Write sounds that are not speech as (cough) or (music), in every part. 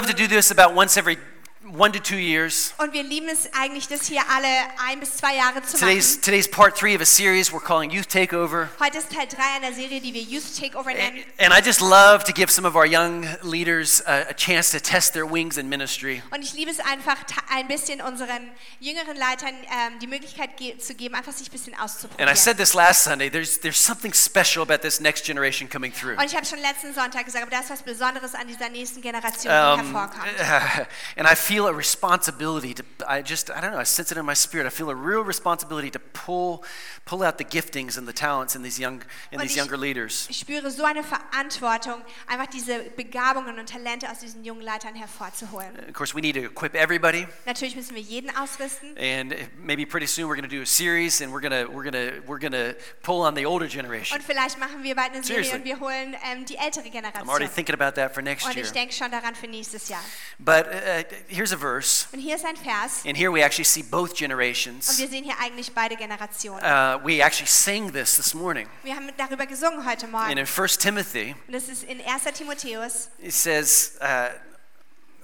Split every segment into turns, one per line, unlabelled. love to do this about once every one to two years.
Und wir lieben es eigentlich, das hier alle ein bis zwei Jahre zu
Today's
machen.
today's part three of a series we're calling Youth Takeover.
Heute ist Teil 3 einer Serie, die wir Youth Takeover nennen.
And I just love to give some of our young leaders a, a chance to test their wings in ministry.
Und ich liebe es einfach, ta- ein bisschen unseren jüngeren Leitern ähm, die Möglichkeit ge zu geben, einfach sich ein bisschen
And I
auszuprobieren.
said this last Sunday. There's there's something special about this next generation coming through.
Und ich habe schon letzten Sonntag gesagt, aber da ist was Besonderes an dieser nächsten Generation, die
Um,
hervorkommt.
(laughs) and I feel a responsibility to. I just I don't know. I sense it in my spirit. I feel a real responsibility to pull pull out the giftings and the talents in these young in
Und
these
ich-
younger leaders.
Ich spüre so eine Verantwortung, einfach diese Begabungen und Talente aus diesen jungen Leitern hervorzuholen.
Of course, we need to equip everybody.
Natürlich müssen wir jeden ausrüsten.
And maybe pretty soon we're going to do a series, and we're going to we're going to we're going to pull on the older generation.
Und vielleicht machen wir bald eine Serie
Seriously.
und wir holen ähm, die ältere
I'm already
Generation.
thinking about that for next
Und
year.
ich denke schon daran für nächstes Jahr.
But uh, here's a verse,
Und hier ist ein Vers.
and here we actually see both
Und
generations.
wir sehen hier eigentlich beide Generationen.
Uh, we actually sang this this morning,
Wir haben darüber gesungen heute
and
Morgen.
in 1 Timothy.
Und das ist in 1. Timotheus,
It says, uh,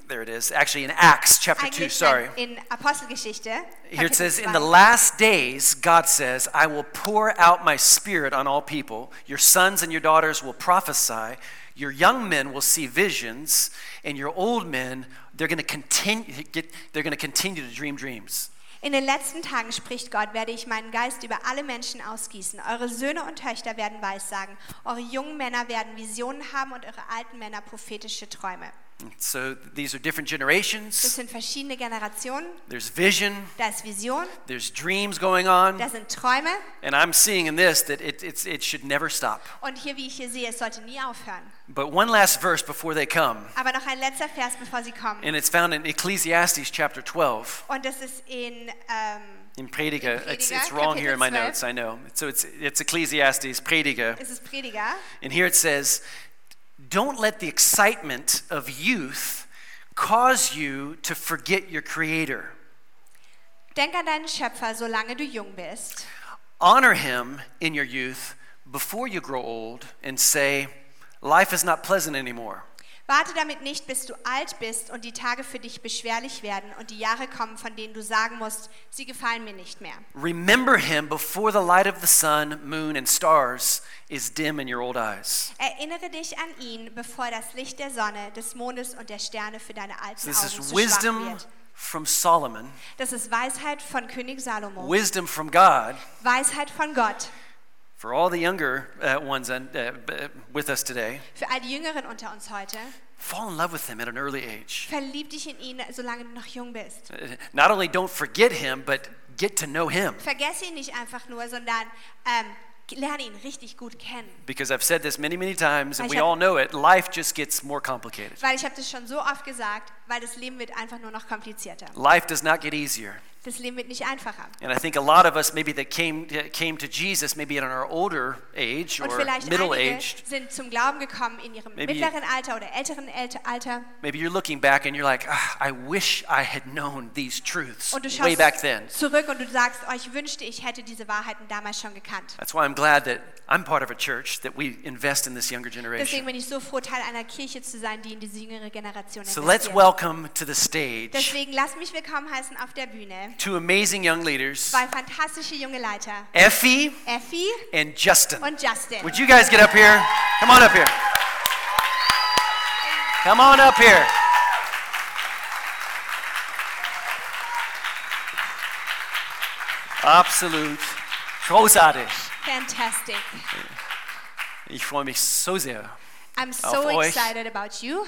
there it is, actually in Acts chapter 2,
eigentlich
sorry.
in Apostelgeschichte.
Here it
Kapitel
says,
2.
In the last days, God says, I will pour out my spirit on all people. Your sons and your daughters will prophesy. Your young men will see visions. And your old men, they're going to continue, get, they're going to continue to dream dreams.
In den letzten Tagen, spricht Gott, werde ich meinen Geist über alle Menschen ausgießen. Eure Söhne und Töchter werden Weissagen. Eure jungen Männer werden Visionen haben und eure alten Männer prophetische Träume.
So these are different
Das
generations.
sind verschiedene Generationen.
There's vision.
Da ist Vision,
There's dreams going on.
da sind Träume.
And I'm seeing in this that it, it's, it should never stop.
Und hier, wie ich hier sehe, es sollte nie aufhören.
But one last verse before they come.
Aber noch ein letzter Vers, bevor Sie kommen.
And it's found in Ecclesiastes chapter 12.
Und das ist in, ähm,
In Predica, it's,
Prediger,
it's wrong here in my
Kapitel 12.
notes, I know. So it's, it's Ecclesiastes, Predica.
es ist Prediger.
And here it says, Don't let the excitement of youth cause you to forget your Creator.
Denk an deinen Schöpfer, solange du jung bist.
Honor Him in your youth before you grow old and say, Life is not pleasant anymore.
Warte damit nicht, bis du alt bist und die Tage für dich beschwerlich werden und die Jahre kommen, von denen du sagen musst, sie gefallen mir nicht mehr.
Remember Him before the light of the sun, moon, and stars is dim in your old eyes.
Erinnere dich an ihn, bevor das Licht der Sonne, des Mondes und der Sterne für deine alten
This
Augen
is
zu schwach
wisdom
wird.
from Solomon.
Das ist Weisheit von König Salomo,
wisdom from God
Weisheit von Gott
for all the younger uh, ones on, uh, b- with us today.
für all die Jüngeren unter uns heute.
Fall in love with Him at an early age.
Verlieb dich in ihn, solange du noch jung bist.
Uh, Not only don't forget Him, but get to know Him.
Vergesse ihn nicht einfach nur, sondern ähm, lerne ihn richtig gut kennen.
Because I've said this many, many times, and
I
we
said-
all know it. Life just gets more complicated.
Weil ich habe das schon so oft gesagt, weil das Leben wird einfach nur noch komplizierter.
Life does not get easier.
Das Leben wird nicht einfacher.
And I think a lot of us, maybe that came to, came to Jesus, maybe in our older age
Und
or
vielleicht
middle
einige
aged,
sind zum Glauben gekommen in ihrem
Maybe-
mittleren Alter oder älteren Ält- Alter.
maybe you're looking back and you're like, "Ah, I wish I had known these truths
Und du
way
schaust
back then.
zurück und du sagst, oh, ich wünschte, ich hätte diese Wahrheiten damals schon gekannt.
That's why I'm glad that I'm part of a church that we invest in this younger
Deswegen
generation.
bin ich so froh, Teil einer Kirche zu sein, die in diese jüngere Generation
So let's
investiert.
welcome to the stage
Deswegen lass mich willkommen heißen auf der Bühne
two amazing young leaders,
zwei fantastische junge Leiter,
Effie
Effie
and Justin.
und Justin.
Would you guys get up here? Come on up here. Come on up here. Absolut großartig.
Fantastic.
Ich freue mich so sehr.
I'm
Auf
so
euch.
excited about you.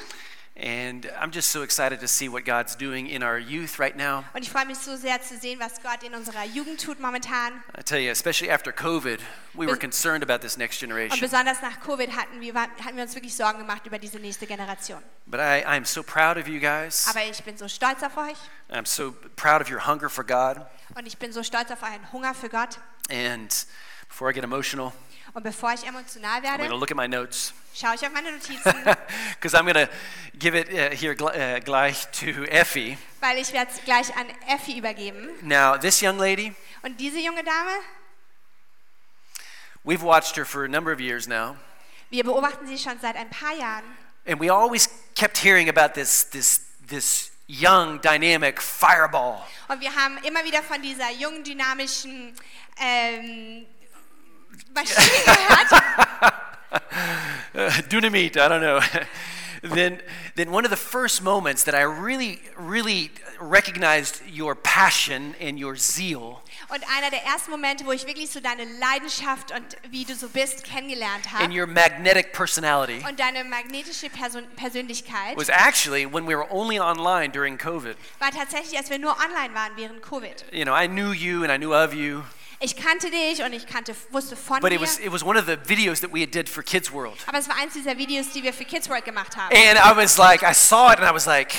And I'm just so excited to see what God's doing in our youth right now.
Und ich freue mich so sehr zu sehen, was Gott in unserer Jugend tut momentan.
I tell you, especially after COVID, we were concerned about this next
Und
generation.
besonders nach Covid hatten wir, hatten wir uns wirklich Sorgen gemacht über diese nächste Generation.
But I, I am so proud of you guys.
Aber ich bin so stolz auf euch
I'm so proud of your hunger for God.
und ich bin so stolz auf euren Hunger für Gott.
And before I get emotional,
Und bevor ich emotional
I'm going to
werde,
look at my notes (laughs)
schaue ich auf meine Notizen,
because I'm going to give it uh, here gl- uh, gleich to Effie.
weil ich werde es gleich an Effi übergeben.
Now, this young lady,
Und diese junge Dame,
we've watched her for a number of years now,
wir beobachten sie schon seit ein paar Jahren
And we always kept hearing about this, this, this young, dynamic fireball.
Und wir haben immer wieder von dieser jungen, dynamischen ähm,
(laughs)
Maschine gehört.
Dunamite, I don't know. (laughs) then, then one of the first moments that I really, really recognized your passion and your zeal
Und einer der ersten Momente, wo ich wirklich so deine Leidenschaft und wie du so bist kennengelernt
and
habe
your magnetic personality
und deine magnetische Person Persönlichkeit,
was actually when we were only online during COVID.
war tatsächlich, als wir nur online waren während Covid.
You know, I knew you and I knew of you,
Ich kannte dich und ich kannte, wusste von
but
dir.
it was it was one of the videos that we had did for Kids World,
Aber es war eins dieser Videos, die wir für Kids World gemacht haben.
and I was like, I saw it and I was like,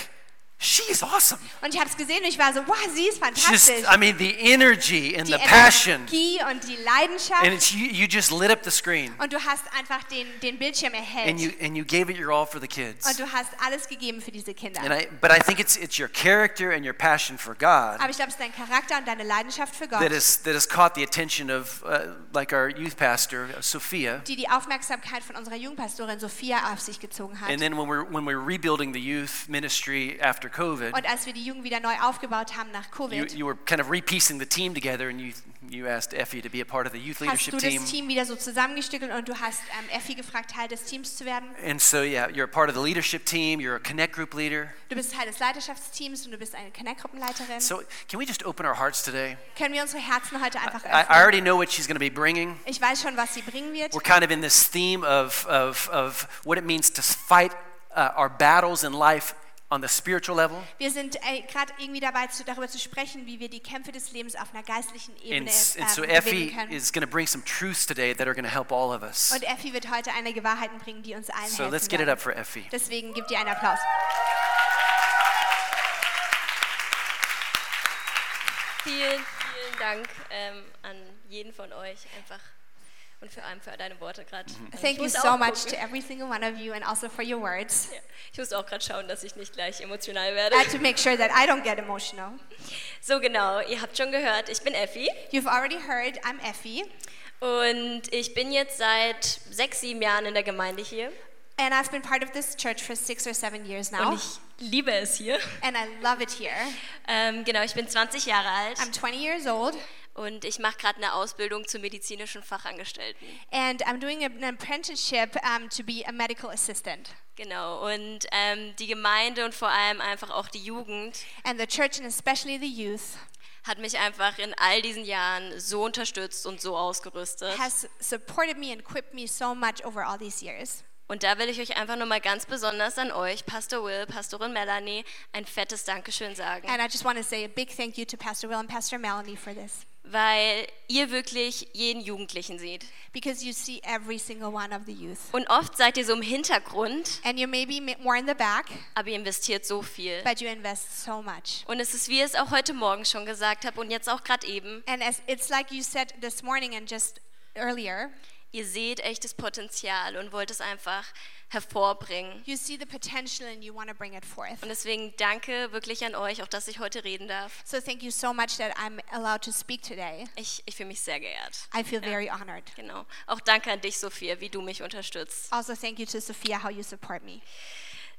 she's awesome.
Und ich habe es gesehen und ich war so, wow, sie ist
Just,
fantastisch.
I mean, the energy and
die
the passion,
Energie und die
and
Leidenschaft.
it's you, you just lit up the screen.
Und du hast einfach den, den Bildschirm
and
erhellt.
you and you gave it your all for the
Und
kids.
du hast alles gegeben für diese Kinder.
And I, but I think it's it's your character and your passion for God
Aber ich glaube, es ist dein Charakter und deine Leidenschaft für Gott,
that is that has caught the attention of uh, like our youth pastor uh, Sophia.
die die Aufmerksamkeit von unserer Jungpastorin Sophia auf sich gezogen hat.
And then when we're when we're rebuilding the youth ministry after COVID,
Und als wir die Jugend wieder neu aufgebaut haben nach
you,
Covid,
you were kind of repiecing the team together, and you you asked Effie to be a part of the youth
hast
leadership
du
team.
das Team wieder so zusammengestückelt und du hast ähm, Effi gefragt, Teil des Teams zu werden.
And so yeah, you're a part of the leadership team. You're a Connect group leader.
Du bist Teil des Leiterschaftsteams und du bist eine Connect-Gruppenleiterin.
So can we just open our hearts today?
Können wir unsere Herzen heute einfach
I, I
öffnen?
already know what she's going to be bringing.
Ich weiß schon, was sie bringen wird.
We're kind of in this theme of, of, of what it means to fight uh, our battles in life on the spiritual level.
Wir sind äh, gerade irgendwie dabei, zu, darüber zu sprechen, wie wir die Kämpfe des Lebens auf einer geistlichen
And,
Ebene
s- and
ähm,
so
gewinnen
Effie
können.
is going to bring some truths today that are going to help all of us.
Und Effi wird heute einige Wahrheiten bringen, die uns allen
So
helfen
let's get it
werden.
up for Effie.
Deswegen gebt ihr einen Applaus.
Vielen, vielen Dank ähm, an jeden von euch einfach und vor allem für deine Worte Also gerade.
Thank you so much to every single one of you and also for your words.
Ich muss auch gerade schauen, dass ich nicht gleich emotional werde.
Uh, to make sure that I don't get emotional.
So genau, ihr habt schon gehört, ich bin Effi
You've already heard, I'm Effie,
und ich bin jetzt seit sechs, sieben Jahren in der Gemeinde hier
and I've been part of this church for six or seven years now,
und ich liebe es hier.
and I love it here.
Ähm, genau, ich bin 20 Jahre alt
I'm 20 years old,
und ich mache gerade eine Ausbildung zum medizinischen Fachangestellten.
and I'm doing an apprenticeship um, to be a medical assistant.
Genau, und ähm, die Gemeinde und vor allem einfach auch die Jugend
And the church, and especially the youth,
hat mich einfach in all diesen Jahren so unterstützt und so ausgerüstet.
has supported me and equipped me so much over all these years.
Und da will ich euch einfach nochmal ganz besonders an euch, Pastor Will, Pastorin Melanie, ein fettes Dankeschön sagen.
And I just want to say a big thank you to Pastor Will and Pastor Melanie for this,
Weil ihr wirklich jeden Jugendlichen seht.
because you see every single one of the youth.
Und oft seid ihr so im Hintergrund,
And you may be m- more in the back,
aber ihr investiert so viel.
but you invest so much.
Und es ist, wie ihr es auch heute Morgen schon gesagt habt und jetzt auch gerade eben,
And as it's like you said this morning and just earlier,
ihr seht echtes Potenzial und wollt es einfach hervorbringen.
you see the potential and you want to bring it
Und
forth.
deswegen danke wirklich an euch, auch dass ich heute reden darf.
So thank you so much that I'm allowed to speak today.
Ich, ich fühle mich sehr geehrt.
I feel very honored.
Genau. Auch danke an dich, Sophia, wie du mich unterstützt.
Also thank you to Sophia how you support me.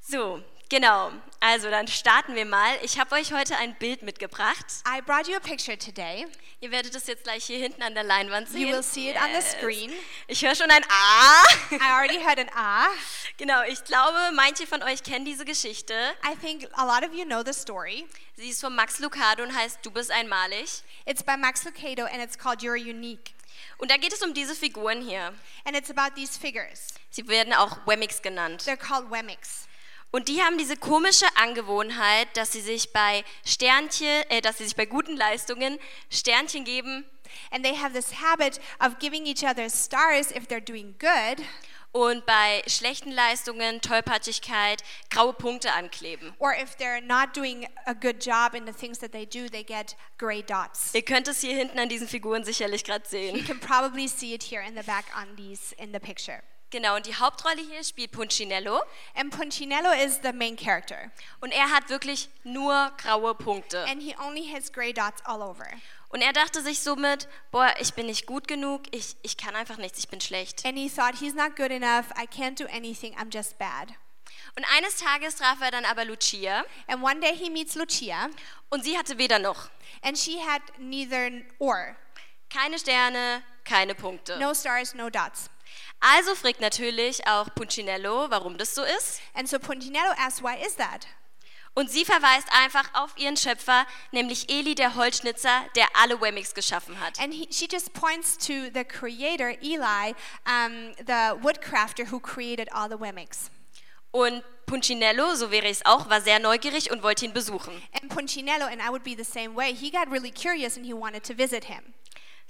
So, genau. Also, dann starten wir mal. Ich habe euch heute ein Bild mitgebracht.
I brought you a picture today.
Ihr werdet es jetzt gleich hier hinten an der Leinwand sehen.
You will see it on the screen.
Ich höre schon ein Ah.
I already heard an ah.
(laughs) genau, ich glaube, manche von euch kennen diese Geschichte.
I think a lot of you know the story.
Sie ist von Max Lucado und heißt Du bist einmalig.
It's by Max Lucado and it's called You're Unique.
Und da geht es um diese Figuren hier.
And it's about these figures.
Sie werden auch Wemmicks genannt.
They're called Wemmicks.
Und die haben diese komische Angewohnheit, dass sie sich bei Sternchen, äh, dass sie sich bei guten Leistungen Sternchen geben
And they have this habit of giving each other stars if they're doing good
und bei schlechten Leistungen, Tollpatschigkeit, graue Punkte ankleben.
or if they're not doing a good job in the things that they do, they get gray dots.
Ihr könnt es hier hinten an diesen Figuren sicherlich gerade
You
sehen.
(laughs) can probably see it here in the back on these in the picture.
Genau, und die Hauptrolle hier spielt Puncinello
And Puncinello is the main character,
und er hat wirklich nur graue Punkte.
and he only has gray dots all over.
Und er dachte sich somit, boah, ich bin nicht gut genug, ich, ich kann einfach nichts, ich bin schlecht.
And he thought he's not good enough. I can't do anything. I'm just bad.
Und eines Tages traf er dann aber Lucia
And one day he meets Lucia,
und sie hatte weder noch.
and she had neither or.
Keine Sterne, keine Punkte.
No stars, no dots.
Also fragt natürlich auch Puncinello, warum das so ist.
And so Puntinello asks, why is that?
Und sie verweist einfach auf ihren Schöpfer, nämlich Eli, der Holzschnitzer, der alle Wemmings geschaffen hat.
And he, she just points to the creator, Eli, um, the woodcrafter who created all the Wemmicks.
Und Puncinello, so wäre ich es auch, war sehr neugierig und wollte ihn besuchen.
And Puncinello, and I would be the same way, he got really curious and he wanted to visit him.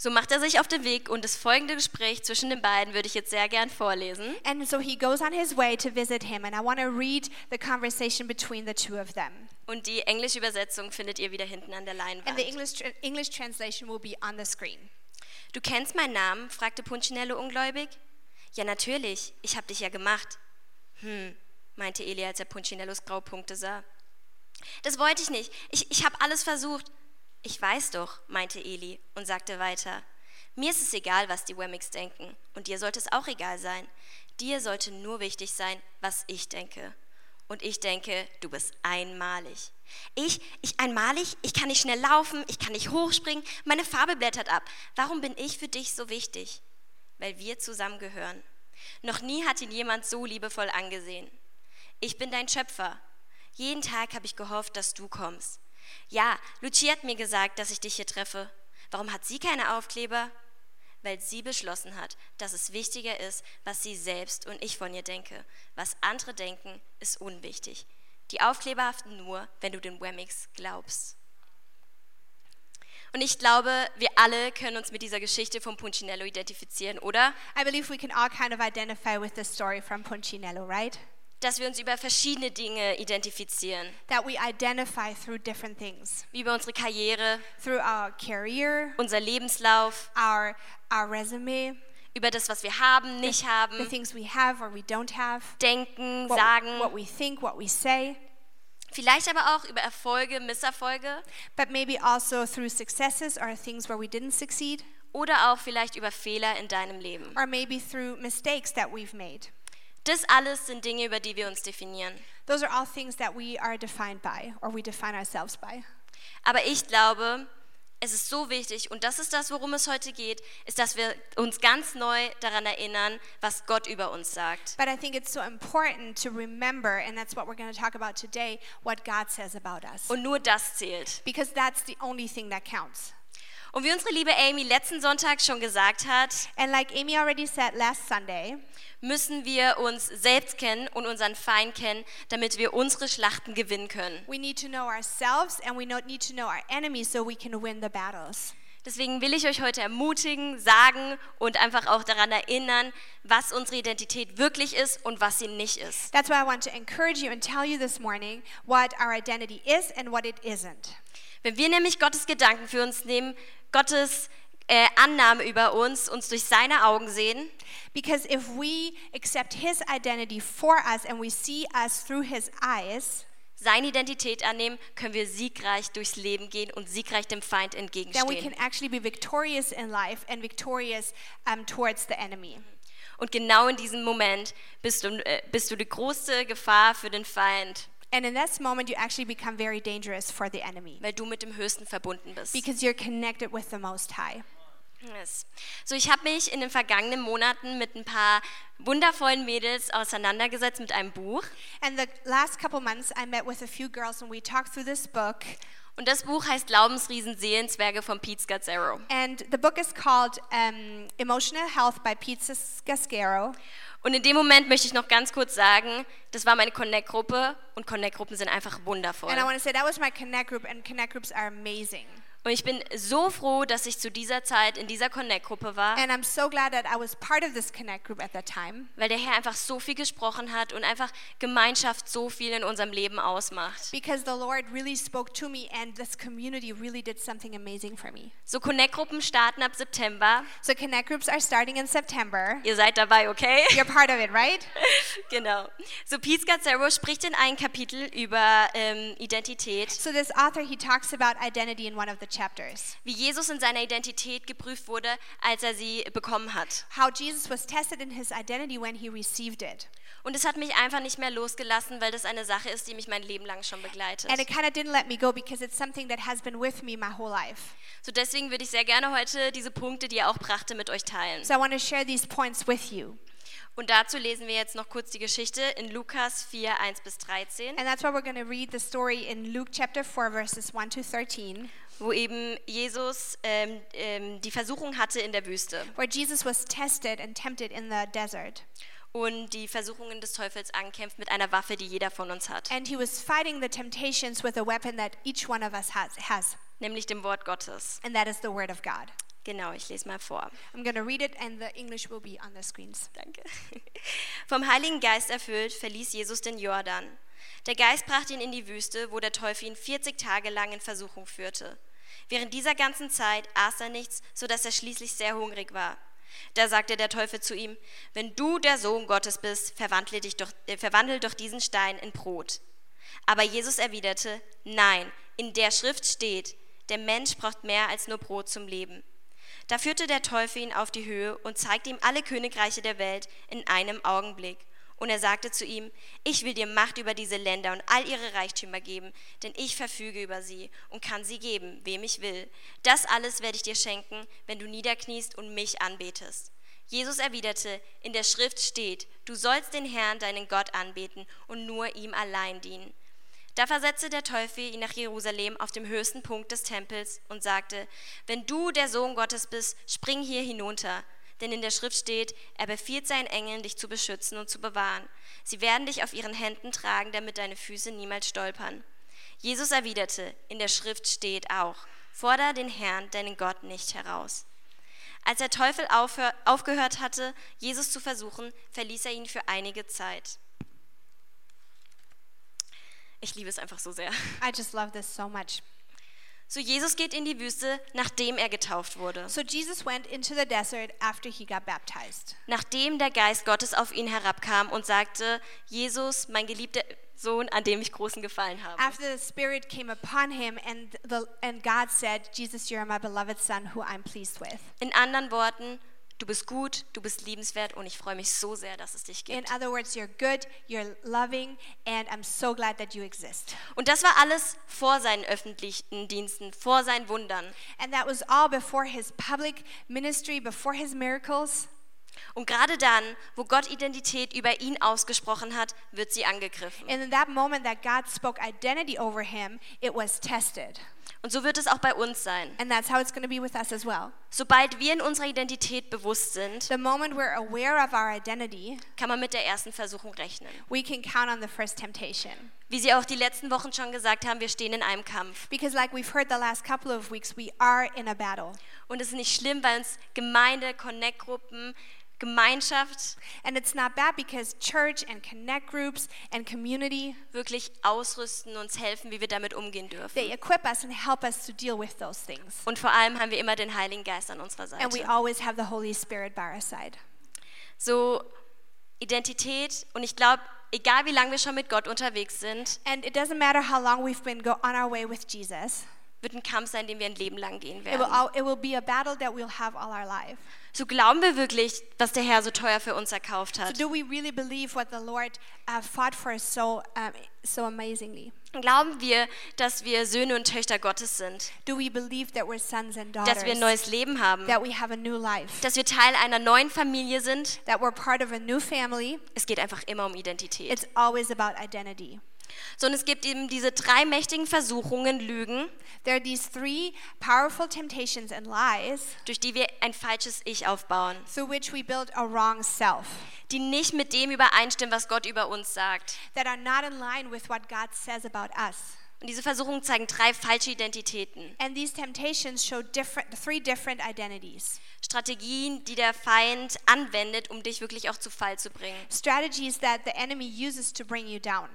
So macht er sich auf den Weg und das folgende Gespräch zwischen den beiden würde ich jetzt sehr gern vorlesen.
And so he goes on his way to visit him, and I want to read the conversation between the two of them.
Und die englische Übersetzung findet ihr wieder hinten an der Leinwand.
And the English, tr- English translation will be on the screen.
Du kennst meinen Namen? fragte Puncinello ungläubig. Ja, natürlich, ich habe dich ja gemacht. Hm, meinte Eli, als er Puncinellos Graupunkte sah. Das wollte ich nicht. Ich, ich habe alles versucht. Ich weiß doch, meinte Eli und sagte weiter. Mir ist es egal, was die Wemmicks denken. Und dir sollte es auch egal sein. Dir sollte nur wichtig sein, was ich denke. Und ich denke, du bist einmalig. Ich, ich einmalig, ich kann nicht schnell laufen, ich kann nicht hochspringen, meine Farbe blättert ab. Warum bin ich für dich so wichtig? Weil wir zusammengehören. Noch nie hat ihn jemand so liebevoll angesehen. Ich bin dein Schöpfer. Jeden Tag habe ich gehofft, dass du kommst. Ja, Lucia hat mir gesagt, dass ich dich hier treffe. Warum hat sie keine Aufkleber? Weil sie beschlossen hat, dass es wichtiger ist, was sie selbst und ich von ihr denke. Was andere denken, ist unwichtig. Die Aufkleber haften nur, wenn du den Wemmix glaubst. Und ich glaube, wir alle können uns mit dieser Geschichte von Puncinello identifizieren, oder?
I believe we can all kind of identify with this story from Puncinello, right?
Dass wir uns über verschiedene Dinge identifizieren,
That we identify through different things
wie über unsere Karriere,
through our career,
unser Lebenslauf,
our, our resume,
über das, was wir haben, nicht
the
haben,
things we have or we don't have,
denken,
what, what
sagen,
we think, what we say,
vielleicht aber auch über Erfolge, Misserfolge
but maybe also through successes or things where we didn't succeed,
oder auch vielleicht über Fehler in deinem Leben.
or maybe through mistakes that we've made.
Das alles sind Dinge, über die wir uns definieren.
Those are all things that we are defined by or we define ourselves by.
Aber ich glaube, es ist so wichtig, und das ist das, worum es heute geht, ist, dass wir uns ganz neu daran erinnern, was Gott über uns sagt.
But I think it's so important to remember, and that's what we're going to talk about today, what God says about us.
Und nur das zählt.
Because that's the only thing that counts.
Und wie unsere liebe Amy letzten Sonntag schon gesagt hat,
And like Amy already said last Sunday,
müssen wir uns selbst kennen und unseren Feind kennen, damit wir unsere Schlachten gewinnen können.
we need to know ourselves and we no- need to know our enemies so we can win the battles.
Deswegen will ich euch heute ermutigen, sagen und einfach auch daran erinnern, was unsere Identität wirklich ist und was sie nicht ist.
That's why I want to encourage you and tell you this morning what our identity is and what it isn't.
Wenn wir nämlich Gottes Gedanken für uns nehmen, Gottes äh, Annahme über uns, uns durch seine Augen sehen,
Because if we accept His identity for us and we see us through His eyes,
seine Identität annehmen, können wir siegreich durchs Leben gehen und siegreich dem Feind
then we can
entgegenstehen.
actually be victorious in life and victorious um, towards the enemy.
Und genau in diesem Moment bist du, äh, bist du die größte Gefahr für den Feind,
And in this moment, you actually become very dangerous for the enemy
weil du mit dem Höchsten verbunden bist.
because you're connected with the Most High.
Yes. So, ich habe mich in den vergangenen Monaten mit ein paar wundervollen Mädels auseinandergesetzt mit einem Buch.
And the last couple months, I met with a few girls and we talked through this book.
Und das Buch heißt Glaubensriesen Seelenzwerge von Pete Scazzaro.
And the book is called um, Emotional Health by Pete Sis- Gascaro.
Und in dem Moment möchte ich noch ganz kurz sagen, das war meine Connect-Gruppe und Connect-Gruppen sind einfach wundervoll.
And I want to say that was my connect group, and connect groups are amazing.
Und ich bin so froh, dass ich zu dieser Zeit in dieser Connect-Gruppe war,
And I'm so glad that I was part of this connect group at that time
weil der Herr einfach so viel gesprochen hat und einfach Gemeinschaft so viel in unserem Leben ausmacht.
because the Lord really spoke to me, and this community really did something amazing for me.
So, Connect-Gruppen starten ab September.
So, connect groups are starting in September.
Ihr seid dabei, okay?
You're part of it, right?
(laughs) genau. So Pete Scazzaro spricht in einem Kapitel über ähm, Identität
So this author he talks about identity in one of the chapters.
wie Jesus in seiner Identität geprüft wurde, als er sie bekommen hat.
How Jesus was tested in his identity when he received it.
Und es hat mich einfach nicht mehr losgelassen, weil das eine Sache ist, die mich mein Leben lang schon begleitet.
And it kind of didn't let me go because it's something that has been with me my whole life.
So deswegen würde ich sehr gerne heute diese Punkte, die er auch brachte, mit euch teilen.
So I want to share these points with you.
Und dazu lesen wir jetzt noch kurz die Geschichte in Lukas 4, 1 bis 13,
And that's why we're going to read the story in Luke chapter 4, verses 1 to 13,
wo eben Jesus ähm, ähm, die Versuchung hatte in der Wüste
where Jesus was tested and tempted in the desert.
und die Versuchungen des Teufels ankämpft mit einer Waffe, die jeder von uns hat,
And he was fighting the temptations with a weapon that each one of us has, has
nämlich dem Wort Gottes.
and that is the Word of God.
Genau, ich lese mal vor.
I'm going to read it, and the English will be on the screens.
Danke. Vom Heiligen Geist erfüllt, verließ Jesus den Jordan. Der Geist brachte ihn in die Wüste, wo der Teufel ihn 40 Tage lang in Versuchung führte. Während dieser ganzen Zeit aß er nichts, so dass er schließlich sehr hungrig war. Da sagte der Teufel zu ihm: Wenn du der Sohn Gottes bist, verwandle, dich doch, äh, verwandle doch diesen Stein in Brot. Aber Jesus erwiderte: Nein, in der Schrift steht, der Mensch braucht mehr als nur Brot zum Leben. Da führte der Teufel ihn auf die Höhe und zeigte ihm alle Königreiche der Welt in einem Augenblick. Und er sagte zu ihm, ich will dir Macht über diese Länder und all ihre Reichtümer geben, denn ich verfüge über sie und kann sie geben, wem ich will. Das alles werde ich dir schenken, wenn du niederkniest und mich anbetest. Jesus erwiderte, in der Schrift steht, du sollst den Herrn, deinen Gott, anbeten und nur ihm allein dienen. Da versetzte der Teufel ihn nach Jerusalem auf dem höchsten Punkt des Tempels und sagte, wenn du der Sohn Gottes bist, spring hier hinunter. Denn in der Schrift steht, er befiehlt seinen Engeln, dich zu beschützen und zu bewahren. Sie werden dich auf ihren Händen tragen, damit deine Füße niemals stolpern. Jesus erwiderte, in der Schrift steht auch, fordere den Herrn, deinen Gott, nicht heraus. Als der Teufel aufhör- aufgehört hatte, Jesus zu versuchen, verließ er ihn für einige Zeit. Ich liebe es einfach so sehr.
I just love this so much.
So Jesus geht in die Wüste, nachdem er getauft wurde,
So Jesus went into the desert after he got baptized.
nachdem der Geist Gottes auf ihn herabkam und sagte, Jesus, mein geliebter Sohn, an dem ich großen Gefallen habe.
After the Spirit came upon him, and, the, and God said, Jesus, you are my beloved Son, who I'm pleased with.
In anderen Worten, du bist gut, du bist liebenswert und ich freue mich so sehr, dass es dich
In
gibt.
other words, you're good, you're loving, and I'm so glad that you exist.
Und das war alles vor seinen öffentlichen Diensten, vor seinen Wundern.
And that was all before his public ministry, before his miracles.
Und gerade dann, wo Gott Identität über ihn ausgesprochen hat, wird sie angegriffen.
And in that moment that God spoke identity over him, it was tested.
Und so wird es auch bei uns sein.
And that's how it's going to be with us as well.
Sobald wir in unserer Identität bewusst sind,
The moment we're aware of our identity,
kann man mit der ersten Versuchung rechnen.
we can count on the first temptation.
Wie Sie auch die letzten Wochen schon gesagt haben, wir stehen in einem Kampf.
Because, like we've heard the last couple of weeks, we are in a battle.
Und es ist nicht schlimm, weil uns Gemeinde, Connect-Gruppen, Gemeinschaft
And it's not bad because church and connect groups and community,
wirklich ausrüsten, uns helfen, wie wir damit umgehen
they
dürfen.
equip us and help us to deal with those things.
Und vor allem haben wir immer den Heiligen Geist an unserer
And we
Seite.
always have the Holy Spirit by our side.
So Identität und ich glaube, egal wie lange wir schon mit Gott unterwegs sind,
And it doesn't matter how long we've been go on our way with Jesus.
wird ein Kampf sein, den wir ein Leben lang gehen
It will,
werden.
all, it will be a battle that we'll have all our life.
So glauben wir wirklich, was der Herr so teuer für uns erkauft
So
hat.
do we really believe what the Lord uh, fought for us so, um, so amazingly?
Glauben wir, dass wir Söhne und Töchter Gottes sind,
Do we believe that we're sons and
dass wir
daughters?
ein neues Leben haben,
That we have a new life?
dass wir Teil einer neuen Familie sind.
That we're part of a new family?
Es geht einfach immer um Identität.
It's always about identity.
So, und es gibt eben diese drei mächtigen Versuchungen, Lügen,
There are these three powerful temptations and lies
durch die wir ein falsches Ich aufbauen,
through which we build a wrong self
die nicht mit dem übereinstimmen, was Gott über uns sagt.
that are not in line with what God says about us.
Und diese Versuchungen zeigen drei falsche Identitäten,
And these temptations show different, three different identities
Strategien, die der Feind anwendet, um dich wirklich auch zu Fall zu bringen.
strategies that the enemy uses to bring you down.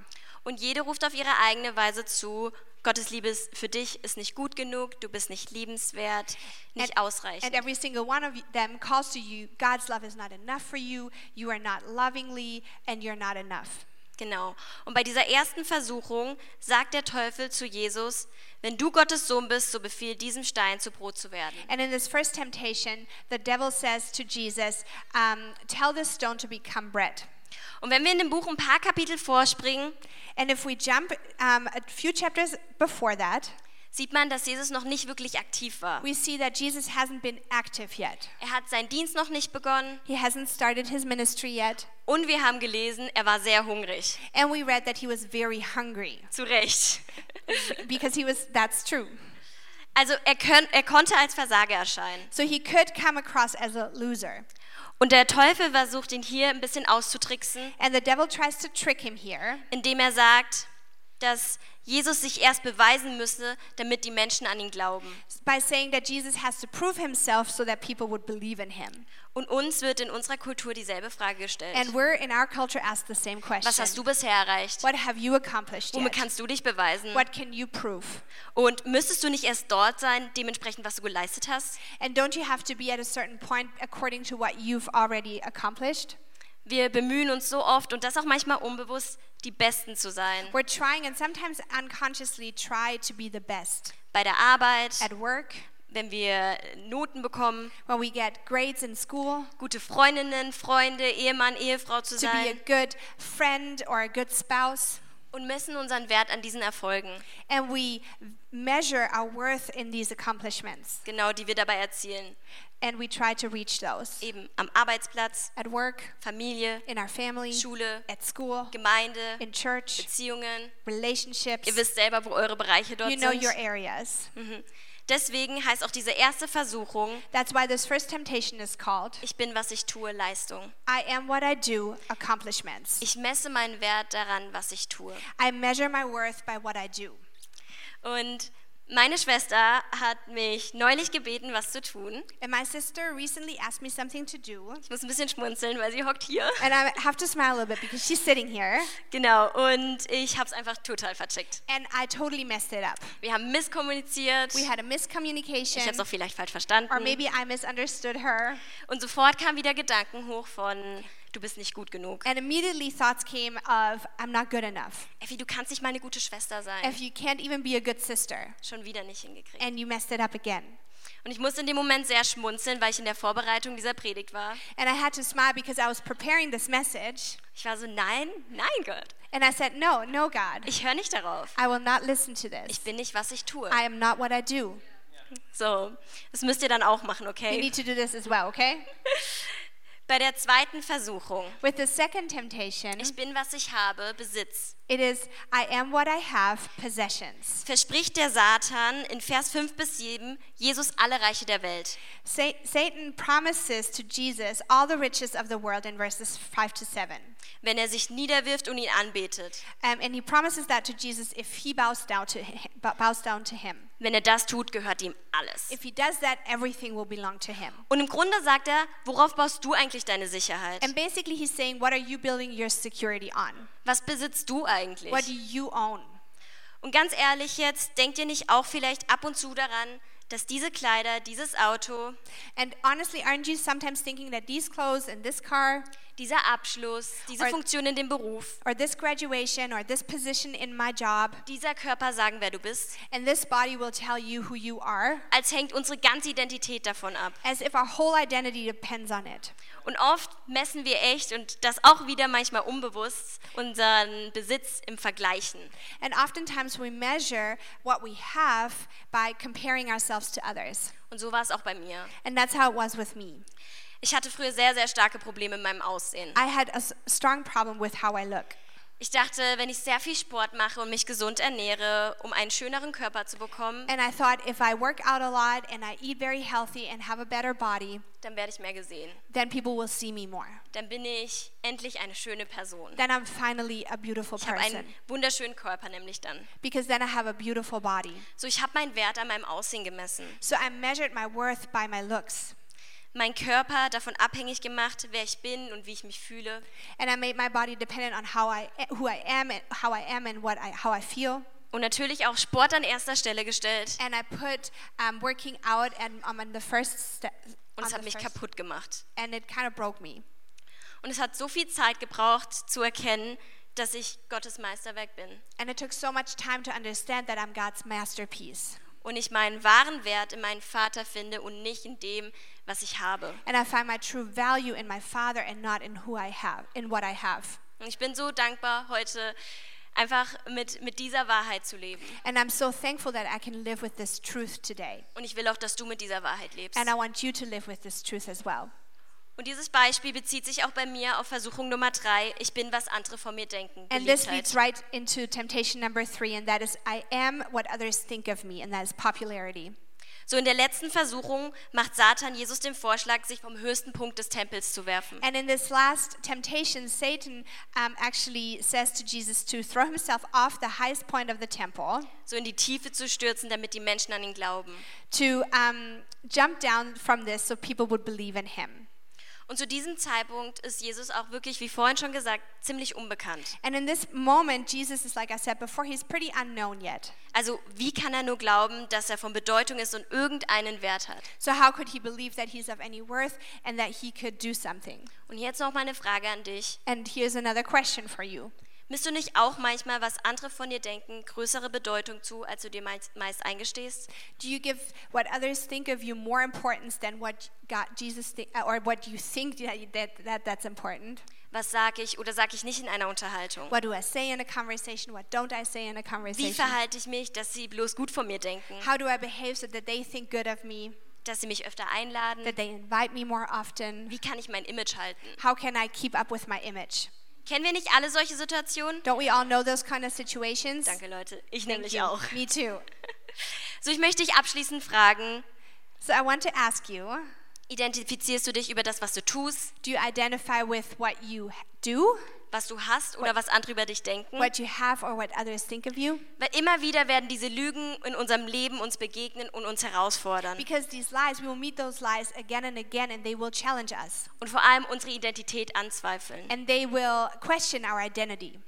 Und jede ruft auf ihre eigene Weise zu. Gottes Liebe ist für dich ist nicht gut genug, du bist nicht liebenswert,
And
nicht ausreichend.
every single one of them calls to you God's love is not enough for you, you are not lovingly, and you're not enough.
Genau. Und bei dieser ersten Versuchung sagt der Teufel zu Jesus, wenn du Gottes Sohn bist, so befiehl diesem Stein zu Brot zu werden.
And in this first temptation, the devil says to Jesus, um, Tell this stone to become bread.
Und wenn wir in dem Buch ein paar Kapitel vorspringen,
And if we jump um, a few chapters before that,
sieht man, dass Jesus noch nicht wirklich aktiv war.
we see that Jesus hasn't been active yet.
Er hat seinen Dienst noch nicht begonnen
He hasn't started his ministry yet.
und wir haben gelesen, er war sehr hungrig.
And we read that he was very hungry
Zu Recht.
because he was, that's true.
Also er, könnt, er konnte als Versager erscheinen.
So he could come across as a loser.
Und der Teufel versucht ihn hier ein bisschen auszutricksen,
And the devil tries to trick him here
indem er sagt, dass Jesus sich erst beweisen müsse, damit die Menschen an ihn glauben.
by saying that Jesus has to prove himself so that people would believe in him.
Und uns wird in unserer Kultur dieselbe Frage
And
gestellt.
we're in our culture asked the same
Was hast
question.
du bisher erreicht?
What have you accomplished
Womit
yet?
kannst du dich beweisen?
What can you prove?
Und müsstest du nicht erst dort sein, dementsprechend, was du geleistet hast?
And don't you have to be at a certain point according to what you've already accomplished?
Wir bemühen uns so oft und das auch manchmal unbewusst, die Besten zu sein.
We're trying and sometimes unconsciously try to be the best
Bei der Arbeit,
at work,
wenn wir Noten bekommen,
when we get grades in school,
gute Freundinnen, Freunde, Ehemann, Ehefrau zu
to be a
sein
good friend or a good spouse.
und messen unseren Wert an diesen Erfolgen,
And we measure our worth in these accomplishments
genau die wir dabei erzielen.
and we try to reach those
Eben am Arbeitsplatz,
at work,
Familie,
in our family,
Schule,
at school,
Gemeinde,
in church,
Beziehungen.
relationships.
Ihr wisst selber, wo eure Bereiche dort
You know your
sind.
areas.
Mhm. Deswegen heißt auch diese erste Versuchung,
That's why this first temptation is called
ich bin, was ich tue, Leistung.
I am what I do, accomplishments.
Ich messe meinen Wert daran, was ich tue.
I measure my worth by what I do.
Und meine Schwester hat mich neulich gebeten, was zu tun.
And my sister recently asked me something to do.
Ich muss ein bisschen schmunzeln, weil sie hockt hier.
And I have to smile a little bit because she's sitting here.
Genau, und ich habe es einfach total vercheckt.
And I totally messed it up.
Wir haben misskommuniziert.
We
Ich
had a
habe es auch
miscommunication.
vielleicht falsch
Or
verstanden.
maybe I misunderstood her.
Und sofort kamen wieder Gedanken hoch von, du bist nicht gut genug.
And immediately thoughts came of, I'm not good enough.
Effi, du kannst nicht mal eine gute Schwester sein.
If you can't even be a good sister.
Schon wieder nicht hingekriegt.
And you messed it up again.
Und ich musste in dem Moment sehr schmunzeln, weil ich in der Vorbereitung dieser Predigt war.
And I had to smile because I was preparing this message.
Ich war so, nein, nein, Gott.
And I said, No, no, God.
Ich höre nicht darauf.
I will not listen to
Ich
this.
bin nicht, was ich tue.
I am not what I do.
So, das müsst ihr dann auch machen,
You
okay?
need to do this as well, okay?
(laughs) Bei der zweiten Versuchung.
With the second temptation,
Ich bin, was ich habe, Besitz.
it is I am what I have, possessions.
Verspricht der Satan in Vers 5 bis 7 Jesus alle Reiche der Welt.
Sa Satan promises to Jesus all the riches of the world in verses 5 to 7.
wenn er sich niederwirft und ihn anbetet.
Um, and he promises that to Jesus if he bows down to him, bows down to him.
Wenn er das tut, gehört ihm alles.
If he does that, everything will belong to him.
Und im Grunde sagt er, worauf baust du eigentlich deine Sicherheit?
And basically he's saying, what are you building your security on?
Was besitzt du eigentlich?
What do you own?
Und ganz ehrlich jetzt, denkt ihr nicht auch vielleicht ab und zu daran, dass diese Kleider, dieses Auto,
And honestly, aren't you sometimes thinking that these clothes and this car
dieser Abschluss, diese
Or-
Funktion in dem Beruf,
or this graduation or this position in my job
dieser Körper sagen, wer du bist,
and this body will tell you who you are
als hängt unsere ganze Identität davon ab.
as if our whole identity depends on it
Und oft messen wir echt und das auch wieder manchmal unbewusst unseren Besitz im Vergleichen.
and oftentimes we measure what we have by comparing ourselves to others
Und so war es auch bei mir.
and that's how it was with me
Ich hatte früher sehr, sehr starke Probleme mit meinem Aussehen.
i had a s- strong problem with how i look
Ich dachte, wenn ich sehr viel Sport mache und mich gesund ernähre, um einen schöneren Körper zu bekommen,
and i thought if i work out a lot and i eat very healthy and have a better body
dann werde ich mehr gesehen.
then people will see me more
Dann bin ich endlich eine schöne Person.
then i'm finally a beautiful
Ich habe
person
einen wunderschönen Körper nämlich dann.
because then i have a beautiful body
So, ich habe meinen Wert an meinem Aussehen gemessen.
so i measured my worth by my looks
Mein Körper davon abhängig gemacht, wer ich bin und wie ich mich fühle.
and I made my body dependent on how I, eh, who I am, and how I am, and what I, how I feel.
Und natürlich auch Sport an erster Stelle gestellt.
And I put um, working out and um, on the first step,
Und
on
es hat
the
mich
first-
kaputt gemacht.
and it kind of broke me.
Und es hat so viel Zeit gebraucht, zu erkennen, dass ich Gottes Meisterwerk bin
And it took so much time to understand that I'm God's masterpiece.
und ich meinen wahren Wert in meinem Vater finde und nicht in dem, was ich habe.
And I find my true value in my Father and not in who I have, in what I have.
Und ich bin so dankbar, heute einfach mit, mit dieser Wahrheit zu leben.
And I'm so thankful that I can live with this truth today.
Und ich will auch, dass du mit dieser Wahrheit lebst.
And I want you to live with this truth as well.
Und dieses Beispiel bezieht sich auch bei mir auf Versuchung Nummer drei. Ich bin, was andere von mir denken.
And this
Beliebtheit.
leads right into temptation number three, and that is I am what others think of me, and that is popularity.
So in der letzten Versuchung macht Satan Jesus den Vorschlag, sich vom höchsten Punkt des Tempels zu werfen.
And in this last temptation, Satan um, actually says to Jesus to throw himself off the highest point of the temple,
So in die Tiefe zu stürzen, damit die Menschen an ihn glauben.
to um, jump down from this so people would believe in him.
Und zu diesem Zeitpunkt ist Jesus auch wirklich, wie vorhin schon gesagt, ziemlich unbekannt.
And in this moment, Jesus is, like I said before, he's pretty unknown yet.
Also wie kann er nur glauben, dass er von Bedeutung ist und irgendeinen Wert hat?
So, how could he believe that he's of any worth and that he could do something?
Und jetzt noch meine Frage an dich.
And here's another question for you
Misst du nicht auch manchmal, was andere von dir denken, größere Bedeutung zu, als du dir meist, meist eingestehst?
Do you give what others think of you more importance than what God, Jesus thi- uh, or what you think that, that, that that's important?
Was sage ich oder sage ich nicht in einer Unterhaltung?
What do I say in a conversation? What don't I say in a
Wie
conversation?
verhalte ich mich, dass sie bloß gut von mir denken?
How do I behave so that they think good of me,
Dass sie mich öfter einladen?
that they invite me more often?
Wie kann ich mein Image halten?
How can I keep up with my image?
Kennen wir nicht alle solche Situationen?
Don't we all know those kind of situations?
Danke, Leute. Ich
Thank
nämlich
you.
auch. (laughs)
Me too.
So, ich möchte dich abschließend fragen:
So I want to ask you,
Identifizierst du dich über das, was du tust,
do you identify with what you do,
was du hast oder was andere über dich denken?
what you have or what others think of you?
Weil immer wieder werden diese Lügen in unserem Leben uns begegnen und uns herausfordern
Because these lies, we will meet those lies again and again, and they will challenge us.
und vor allem unsere Identität anzweifeln.
And they will question our identity.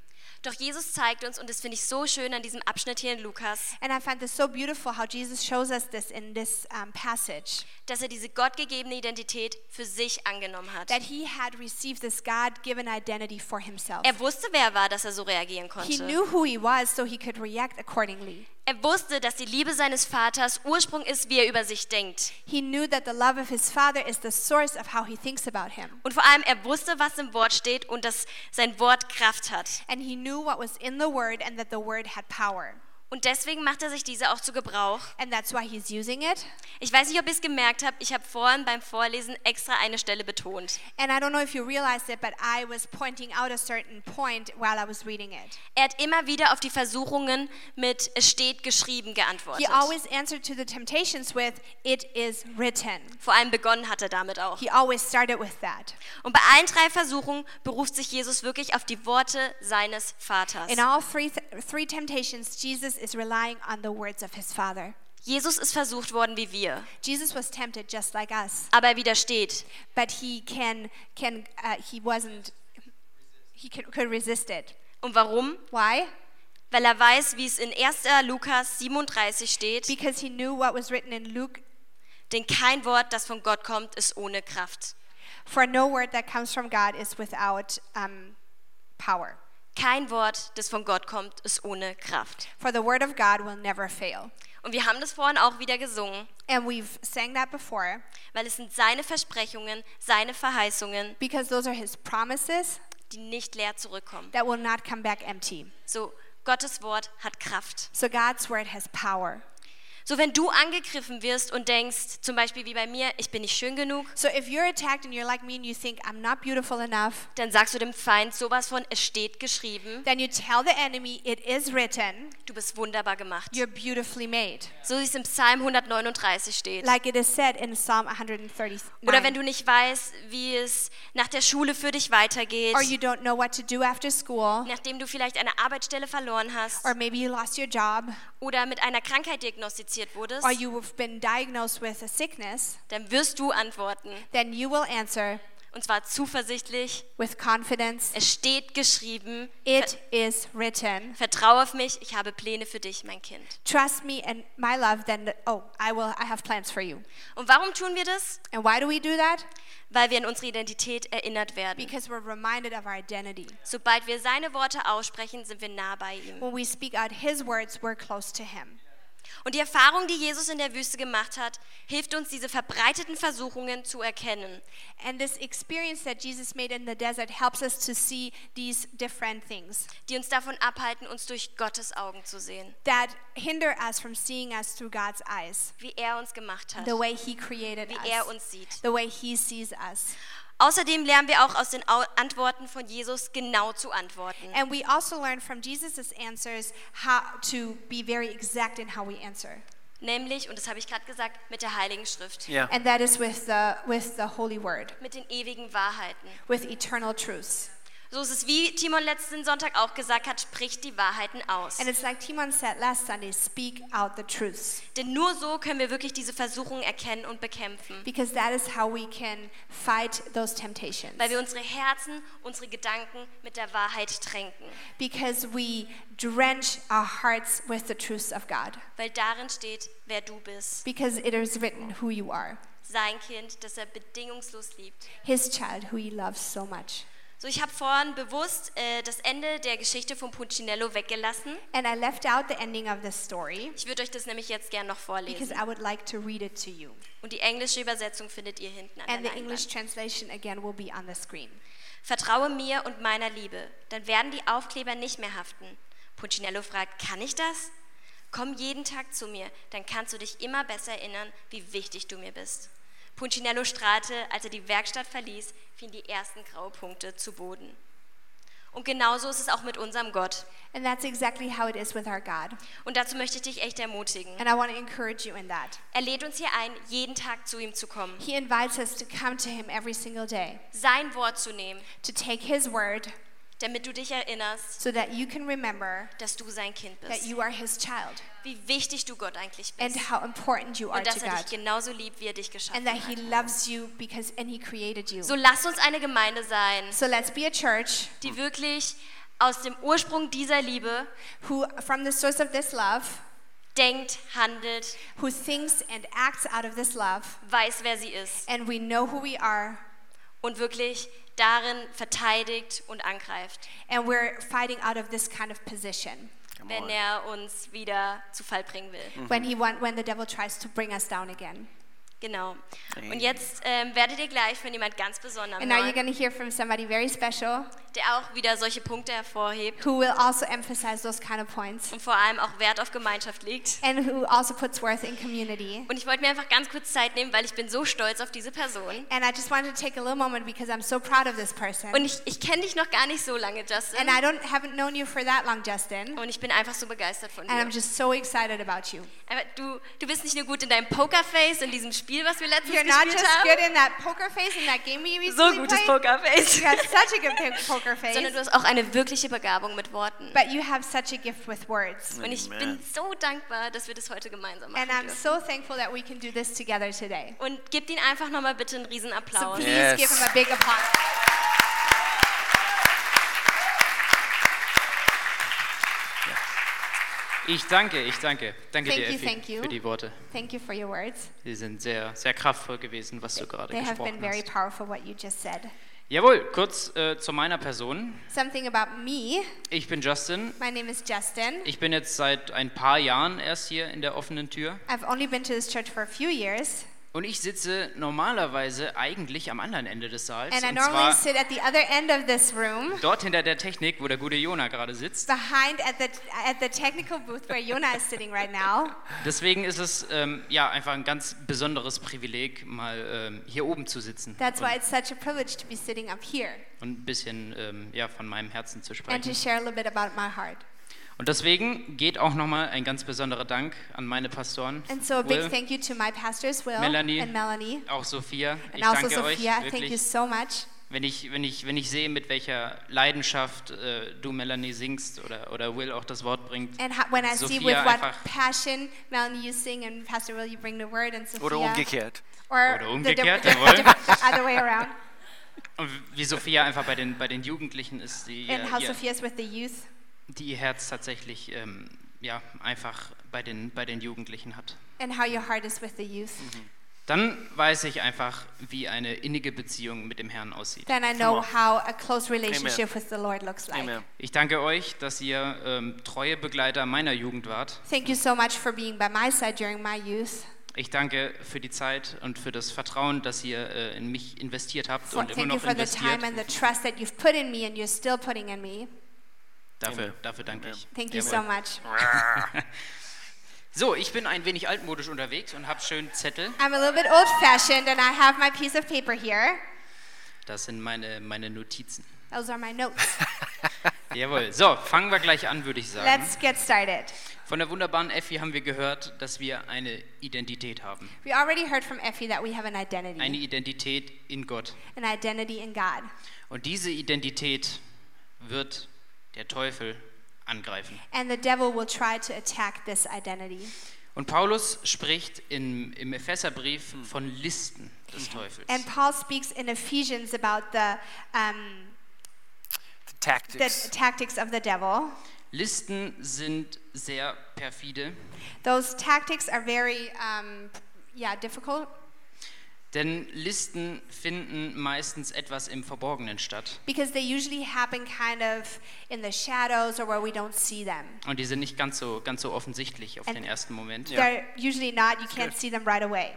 Doch Jesus zeigt uns, und das finde ich so schön an diesem Abschnitt hier in Lukas,
And I find this so beautiful how Jesus shows us this in this um, passage
dass er diese gottgegebene Identität für sich angenommen hat.
that he had received this God given identity for himself.
Er wusste, wer er war, dass er so reagieren
He
konnte.
knew who he was, so he could react accordingly.
Er wusste, dass die Liebe seines Vaters Ursprung ist, wie er über sich denkt.
He knew that the love of his Father is the source of how he thinks about him.
Und vor allem, er wusste, was im Wort steht und dass sein Wort Kraft hat.
And he knew what was in the Word and that the Word had power.
Und deswegen macht er sich diese auch zu Gebrauch.
And that's why he's using it.
Ich weiß nicht, ob ihr es gemerkt habt, ich habe vorhin beim Vorlesen extra eine Stelle betont.
And I don't know if you realized it, but I was pointing out a certain point while I was reading it.
Er hat immer wieder auf die Versuchungen mit es steht geschrieben
He
geantwortet.
always answered to the temptations with, It is written.
Vor allem begonnen hat er damit auch.
He always started with that.
Und bei allen drei Versuchungen beruft sich Jesus wirklich auf die Worte seines Vaters.
In all three, three temptations, Jesus is relying on the words of his Father.
Jesus ist versucht worden wie wir,
Jesus was tempted just like us,
aber er widersteht.
but he can, can uh, he wasn't, he could, could resist it.
Und warum?
Why?
Weil er weiß, wie es in 1. Lukas 37 steht,
Because he knew what was written in Luke,
denn kein Wort, das von Gott kommt, ist ohne Kraft.
for no word that comes from God is without um, power.
Kein Wort, das von Gott kommt, ist ohne Kraft.
For the word of God will never fail.
Und wir haben das vorhin auch wieder gesungen,
And we've sang that before
weil es sind seine Versprechungen, seine Verheißungen,
because those are his promises
die nicht leer zurückkommen.
that will not come back empty.
So, Gottes Wort hat Kraft.
So God's word has power.
So, wenn du angegriffen wirst und denkst, zum Beispiel wie bei mir, ich bin nicht schön genug,
So if you're attacked and you're like me and you think I'm not beautiful enough,
dann sagst du dem Feind sowas von, es steht geschrieben,
then you tell the enemy it is written,
du bist wunderbar gemacht.
you're beautifully made.
So wie es im Psalm 139 steht.
Like it is said in Psalm
Oder wenn
139.
du nicht weißt, wie es nach der Schule für dich weitergeht,
Or you don't know what to do after school,
nachdem du vielleicht eine Arbeitsstelle verloren hast
or maybe you lost your job,
oder mit einer Krankheit diagnostiziert wurdest,
or you've been diagnosed with a sickness,
dann wirst du antworten
then you will answer,
und zwar zuversichtlich.
with confidence.
Es steht geschrieben,
It is written.
vertraue auf mich, ich habe Pläne für dich, mein Kind.
Trust me and my love, then oh, I will I have plans for you.
Und warum tun wir das?
And why do we do that?
Weil wir an unsere Identität erinnert werden.
Because we're reminded of our identity.
Sobald wir seine Worte aussprechen, sind wir nah bei ihm.
When we speak out his words, we're close to him.
Und die Erfahrung, die Jesus in der Wüste gemacht hat, hilft uns, diese verbreiteten Versuchungen zu erkennen.
And this experience that Jesus made in the desert helps us to see these different things
die uns davon abhalten, uns durch Gottes Augen zu sehen,
that hinder us from seeing us through God's eyes,
wie er uns gemacht hat,
the way he created
wie er
us,
uns sieht.
the way he sees us.
Außerdem lernen wir auch aus den Au- Antworten von Jesus genau zu antworten.
And we also learn from Jesus' answers how to be very exact in how we answer.
Nämlich, und das habe ich gerade gesagt, mit der Heiligen Schrift,
Yeah.
And that is with the with the holy word,
mit den ewigen Wahrheiten.
with eternal truths.
So ist es, wie Timon letzten Sonntag auch gesagt hat, spricht die Wahrheiten aus.
And it's like Timon said last Sunday, speak out the truths.
Denn nur so können wir wirklich diese Versuchung erkennen und bekämpfen,
Because that is how we can fight those temptations.
weil wir unsere Herzen, unsere Gedanken mit der Wahrheit tränken,
Because we drench our hearts with the truths of God.
weil darin steht, wer du bist,
Because it is written who you are,
sein Kind, das er bedingungslos liebt.
his child who he loves so much.
So, ich habe vorhin bewusst äh, das Ende der Geschichte von Punchinello weggelassen.
And I left out the ending of this story
Ich würde euch das nämlich jetzt gern noch vorlesen.
because I would like to read it to you.
Und die englische Übersetzung findet ihr hinten an der
And the
Leinwand.
English translation again will be on the screen.
Vertraue mir und meiner Liebe, dann werden die Aufkleber nicht mehr haften. Punchinello fragt, kann ich das? Komm jeden Tag zu mir, dann kannst du dich immer besser erinnern, wie wichtig du mir bist. Punchinello strahlte, als er die Werkstatt verließ, fielen die ersten Graupunkte zu Boden. Und genauso ist es auch mit unserem Gott.
And that's exactly how it is with our God.
Und dazu möchte ich dich echt ermutigen.
And I want to encourage you in that.
Er lädt uns hier ein, jeden Tag zu ihm zu kommen,
He invites us to come to him every single day,
sein Wort zu nehmen,
to take his word
damit du dich erinnerst,
so that you can remember
dass du sein Kind
that
bist.
you are his child
Wie wichtig du Gott eigentlich
and
bist.
how important you are
Und dass
to
er dich
God.
genauso liebt, wie er dich
And
geschaffen
that he
hat.
loves you because and he created you.
So lass uns eine Gemeinde sein,
So let's be a church
die wirklich aus dem Ursprung dieser Liebe
who from the source of this love,
denkt, handelt,
who thinks and acts out of this love,
weiß, wer sie ist
and we know who we are
und wirklich darin verteidigt und angreift,
and we're fighting out of this kind of position.
Come
wenn
on. Hm.
er uns wieder zu Fall bringen will.
when he want, when the devil tries to bring us down again.
Genau. Und
Amen.
jetzt ähm, werdet ihr gleich von jemand ganz besonderem
And now you're
hören,
going to hear from somebody very special
der auch wieder solche Punkte hervorhebt
who will also emphasize those kind of points
und vor allem auch Wert auf Gemeinschaft legt.
and who also puts worth in community.
Und ich wollte mir einfach ganz kurz Zeit nehmen, weil ich bin so stolz auf diese Person.
And I just wanted to take a little moment because I'm so proud of this person.
Und ich, ich kenne dich noch gar nicht so lange,
And
Justin.
I don't haven't known you for that long, Justin.
Und ich bin einfach so begeistert von
And I'm
dir.
just so excited about you.
Aber du, du bist nicht nur gut in deinem Pokerface, in diesem Spiel, was wir letztens
You're not
gespielt
just
haben.
good in that poker face in that game we
So
recently
gutes
played.
Pokerface.
(laughs) You have such a good po- poker
(laughs) Sondern du
face,
hast auch eine wirkliche Begabung mit Worten.
but you have such a gift with words.
Und ich bin
Amen.
so dankbar, dass wir das heute gemeinsam machen
And I'm
dürfen.
so thankful that we can do this together today.
Und gebt ihn einfach nochmal bitte einen riesen
So
Applaus.
please
Yes.
give him a big applause.
Ich danke, ich danke. Danke
Thank
dir,
you,
Effi,
thank you.
für die Worte.
Thank you for your words.
Sie sind sehr, sehr kraftvoll gewesen, was du gerade
They have been
gesprochen
very
hast.
powerful what you just said.
Jawohl, kurz äh, zu meiner Person.
Something about me.
Ich bin Justin.
My name is Justin.
Ich bin jetzt seit ein paar Jahren erst hier in der offenen Tür.
I've only been to this church for a few years,
Und ich sitze normalerweise eigentlich am anderen Ende des Saals.
and I
Und
normally
zwar
sit at the other end of this room,
dort hinter der Technik, wo der gute Jona gerade sitzt.
behind at the at the technical booth where Yona is sitting right now.
Deswegen ist es ähm, ja einfach ein ganz besonderes Privileg, mal ähm, hier oben zu sitzen
That's why
und,
it's such a privilege to be sitting up here
und ein bisschen ähm, ja, von meinem Herzen zu sprechen.
and to share a little bit about my heart.
Und deswegen geht auch nochmal ein ganz besonderer Dank an meine Pastoren.
And so a
Will,
big thank you to my pastors, Will
Melanie.
and Melanie,
Auch Sophia. Ich
and also
danke
Sophia.
euch
Thank you
wirklich,
so much.
wenn ich, wenn, ich, wenn ich sehe, mit welcher Leidenschaft äh, du, Melanie, singst oder, oder Will auch das Wort bringt.
And ho- when I see with
Sophia
what
einfach-
passion Melanie you sing and Pastor Will
um
you bring the word and Sophia
Oder umgekehrt.
or
Oder
the, di- (laughs)
umgekehrt,
the-
jawohl.
(laughs)
the other way around
Und wie Sophia einfach bei den, bei den Jugendlichen ist, die,
and how
ihr,
Sophia is with the youth.
die ihr Herz tatsächlich ähm, ja, einfach bei den, bei den Jugendlichen hat.
And how your heart is with the youth.
Mm-hmm.
Dann weiß ich einfach, wie eine innige Beziehung mit dem Herrn aussieht.
Then I
Come
know
on.
how a close relationship with the Lord looks like.
Amen.
Ich danke euch, dass ihr ähm, treue Begleiter meiner Jugend wart.
Thank you so much for being by my side during my youth.
Ich danke für die Zeit und für das Vertrauen, das ihr äh, in mich investiert habt
For,
und immer
thank you
noch
for the time
investiert.
and the trust that you've put in me and you're still putting in me.
Dafür,
Amen.
dafür danke ich.
Thank you so
Jawohl.
much.
So, ich bin ein wenig altmodisch unterwegs und habe schön Zettel.
I'm a little bit old fashioned and I have my piece of paper here.
Das sind meine, meine Notizen.
Those are my
(laughs)
notes.
Jawohl. So, fangen wir gleich an, würde ich sagen.
Let's get started.
Von der wunderbaren Effi haben wir gehört, dass wir eine Identität haben.
We already heard from Effie that we have an
Eine
identity,
Identität in Gott.
an identity in God.
Und diese Identität wird der Teufel angreifen.
And the devil will try to attack this identity.
Und Paulus spricht im, im Epheserbrief von Listen des Teufels.
And Paul speaks in Ephesians about the, um, the
Tactics.
tactics of the devil.
Listen sind sehr perfide,
Those tactics are very, um, yeah, difficult
denn Listen finden meistens etwas im Verborgenen statt.
because they usually happen kind of in the shadows or where we don't see them.
Und die sind nicht ganz so, ganz so offensichtlich auf
And-
den ersten Moment.
They're usually not, you can't see them right away.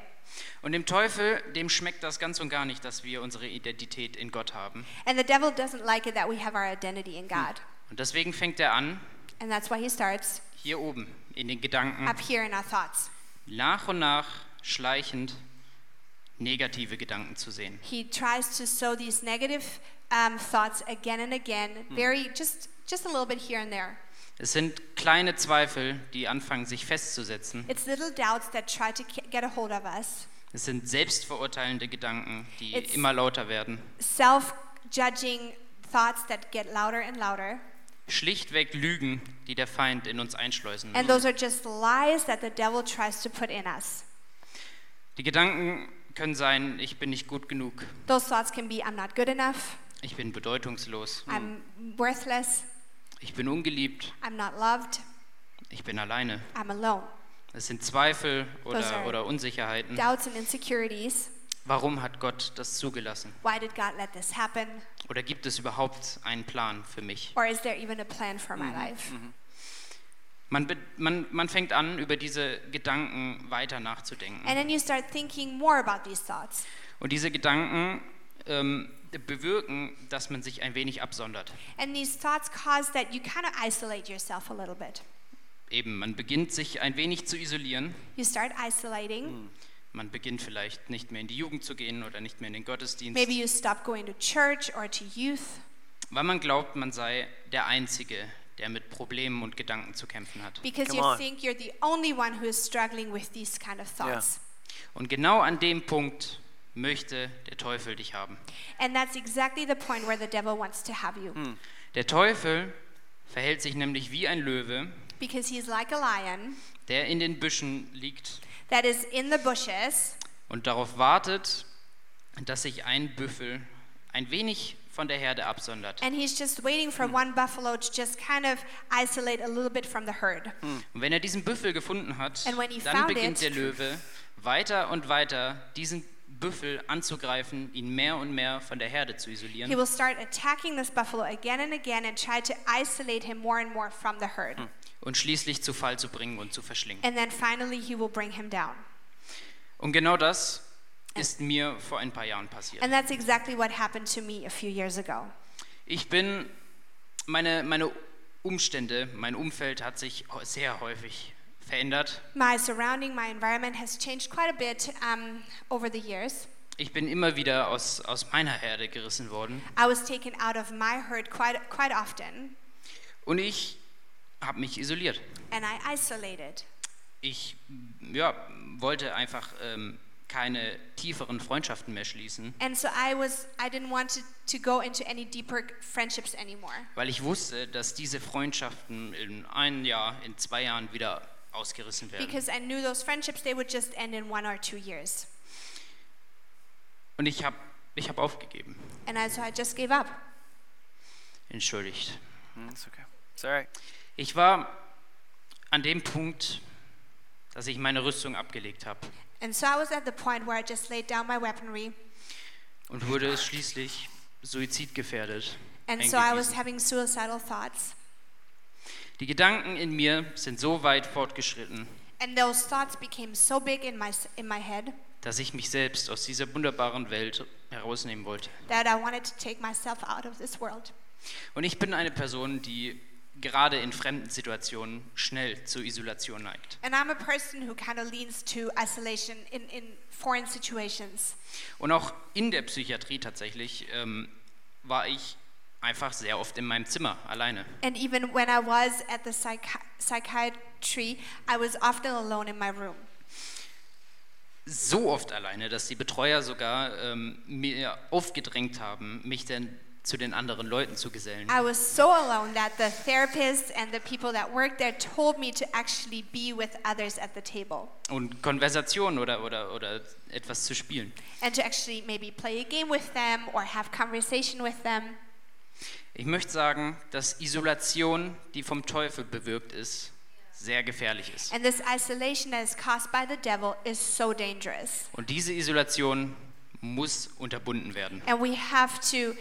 Und dem Teufel, dem schmeckt das ganz und gar nicht, dass wir unsere Identität in Gott haben.
And the devil doesn't like it that we have our identity in God.
Und deswegen fängt er an,
And that's why he starts
hier oben, in den Gedanken,
up here in our thoughts.
nach und nach schleichend negative Gedanken zu sehen.
He tries to sow these negative um, thoughts again and again, very just just a little bit here and there.
Es sind kleine Zweifel, die anfangen, sich festzusetzen.
It's little doubts that try to ke- get a hold of us,
Es sind selbstverurteilende Gedanken, die
It's-
immer lauter werden.
self-judging thoughts that get louder and louder,
Schlichtweg Lügen, die der Feind in uns einschleusen
and
will.
those are just lies that the devil tries to put in us.
Die Gedanken können sein, ich bin nicht gut genug,
Those thoughts can be: I'm not good enough,
ich bin bedeutungslos,
I'm worthless,
ich bin ungeliebt,
I'm not loved,
ich bin alleine.
I'm alone.
Es sind Zweifel
Those
oder,
are-
oder Unsicherheiten.
Doubts and insecurities.
Warum hat Gott das zugelassen?
Why did God let this happen?
Oder gibt es überhaupt einen Plan für mich?
Or is there even a plan for my life?
Man, be- man, man fängt an, über diese Gedanken weiter nachzudenken.
And then you start thinking more about these thoughts.
Und diese Gedanken ähm, bewirken, dass man sich ein wenig absondert.
And these thoughts cause that you kind of isolate yourself a little bit.
Eben, man beginnt sich ein wenig zu isolieren.
You start isolating.
Man beginnt vielleicht nicht mehr in die Jugend zu gehen oder nicht mehr in den Gottesdienst,
Maybe you stop going to church or to youth
weil man glaubt, man sei der Einzige, der mit Problemen und Gedanken zu kämpfen hat.
because
Come
you
on.
think you're the only one who is struggling with these kind of thoughts.
Und genau an dem Punkt möchte der Teufel dich haben.
And that's exactly the point where the devil wants to have you
Hmm.
Der Teufel verhält sich nämlich wie ein Löwe,
because he's like a lion
der in den Büschen liegt
that is in the bushes
und darauf wartet, dass sich ein Büffel ein wenig von der Herde absondert.
and he's just waiting
Hmm.
for one buffalo to just kind of isolate a little bit from the herd.
Hmm.
Und wenn er diesen Büffel gefunden hat,
And when he
dann
found it-
beginnt der Löwe weiter und weiter diesen Büffel anzugreifen, ihn mehr und mehr von der Herde zu
He
isolieren.
will start attacking this buffalo again and again and try to isolate him more and more from the herd.
Hmm.
und schließlich zu Fall zu bringen und zu verschlingen.
And then finally, he will bring him down.
Und genau das ist mir vor ein paar Jahren passiert.
And that's exactly what happened to me a few years ago.
Ich bin, meine, meine Umstände, mein Umfeld hat sich sehr häufig verändert.
My surrounding, my environment has changed quite a bit um, over the years.
Ich bin immer wieder aus, aus meiner Herde gerissen worden
I was taken out of my herd quite, quite often,
und ich habe mich isoliert.
and I isolated.
ich ja, wollte einfach ähm, keine tieferen Freundschaften mehr schließen,
And so I was, I didn't want to, to go into any deeper friendships anymore
weil ich wusste, dass diese Freundschaften in einem Jahr, in zwei Jahren wieder ausgerissen werden.
because I knew those friendships, they would just end in one or two years.
Und ich habe Ich habe aufgegeben.
And I, so I just gave up.
Entschuldigt.
Mm, it's okay. It's all right.
Ich war an dem Punkt, dass ich meine Rüstung abgelegt habe
And so I was at the point where I just laid down my weaponry.
und wurde schließlich suizidgefährdet.
And so I was
eingewiesen.
having suicidal thoughts.
Die Gedanken in mir sind so weit fortgeschritten,
And those thoughts became so big in my, s- in my head
dass ich mich selbst aus dieser wunderbaren Welt herausnehmen wollte.
that I wanted to take myself out of this world.
Und ich bin eine Person, die gerade in fremden Situationen schnell zur Isolation neigt.
And I'm a person who kind of leans to isolation in, in foreign situations.
Und auch in der Psychiatrie tatsächlich ähm, war ich einfach sehr oft in meinem Zimmer alleine.
And even when I was at the psychi- psychiatry, I was often alone in my room.
So oft alleine, dass die Betreuer sogar ähm, mir aufgedrängt haben, mich denn zu den anderen Leuten zu gesellen.
I was so alone that the therapists and the people that worked there told me to actually be with others at the table
Und Konversationen oder, oder, oder etwas zu spielen.
and to actually maybe play a game with them or have conversation with them.
Ich möchte sagen, dass Isolation, die vom Teufel bewirkt ist, sehr gefährlich ist.
And this isolation that is caused by the devil is so dangerous.
Und diese Isolation muss unterbunden werden.
And we have to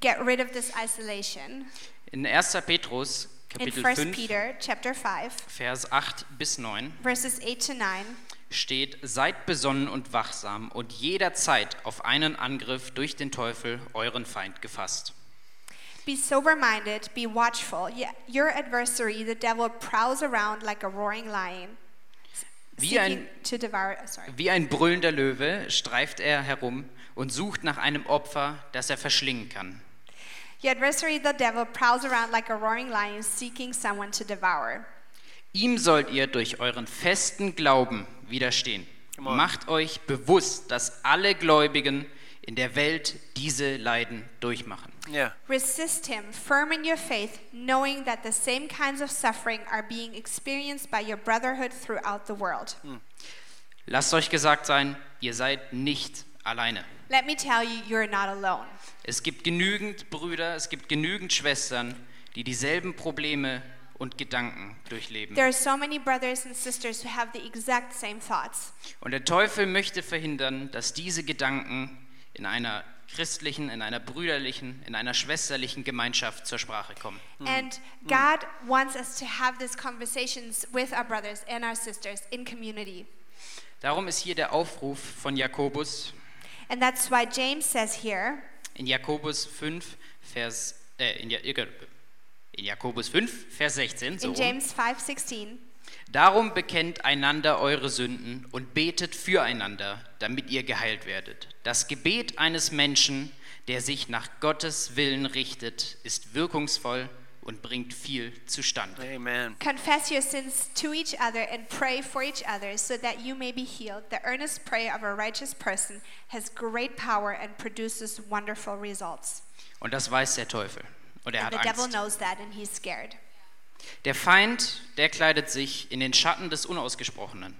get rid of this isolation.
In 1. Petrus,
In
Kapitel
1
5,
Peter chapter 5,
Vers 8 bis 9
verses 8 to 9,
steht, seid besonnen und wachsam und jederzeit auf einen Angriff durch den Teufel euren Feind gefasst.
Be sober minded, be watchful. Ye- Your adversary, the devil, prowls around like a roaring lion,
Wie ein,
seeking to devour. oh, Sorry.
wie ein brüllender Löwe streift er herum und sucht nach einem Opfer, das er verschlingen kann.
Your adversary, the devil, prowls around like a roaring lion, seeking someone to devour.
Ihm sollt ihr durch euren festen Glauben widerstehen.
Come on.
Macht euch bewusst, dass alle Gläubigen in der Welt diese Leiden durchmachen.
Yeah.
Resist him, firm in your faith, knowing that the same kinds of suffering are being experienced by your brotherhood throughout the world.
Lasst euch gesagt sein, ihr seid nicht alleine.
Let me tell you, you're not alone.
Es gibt genügend Brüder, es gibt genügend Schwestern, die dieselben Probleme und Gedanken durchleben.
There are so many brothers and sisters who have the exact same thoughts.
Und der Teufel möchte verhindern, dass diese Gedanken in einer christlichen, in einer brüderlichen, in einer schwesterlichen Gemeinschaft zur Sprache kommen.
And God wants us to have these conversations with our brothers and our sisters in community.
Darum ist hier der Aufruf von Jakobus
And that's why James says here,
in Jakobus 5, Vers, äh, in, ja in Jakobus 5, Vers 16. So
in
rum.
James 5:16,
Darum bekennt einander eure Sünden und betet füreinander, damit ihr geheilt werdet. Das Gebet eines Menschen, der sich nach Gottes Willen richtet, ist wirkungsvoll und bringt viel zustande.
Amen.
confess your sins to each other and pray for each other so that you may be healed. The earnest prayer of a righteous person has great power and produces wonderful results.
Und das weiß der Teufel. Und er
And
hat
the devil
Angst.
knows that and he's scared.
Der Feind, der kleidet sich in den Schatten des Unausgesprochenen.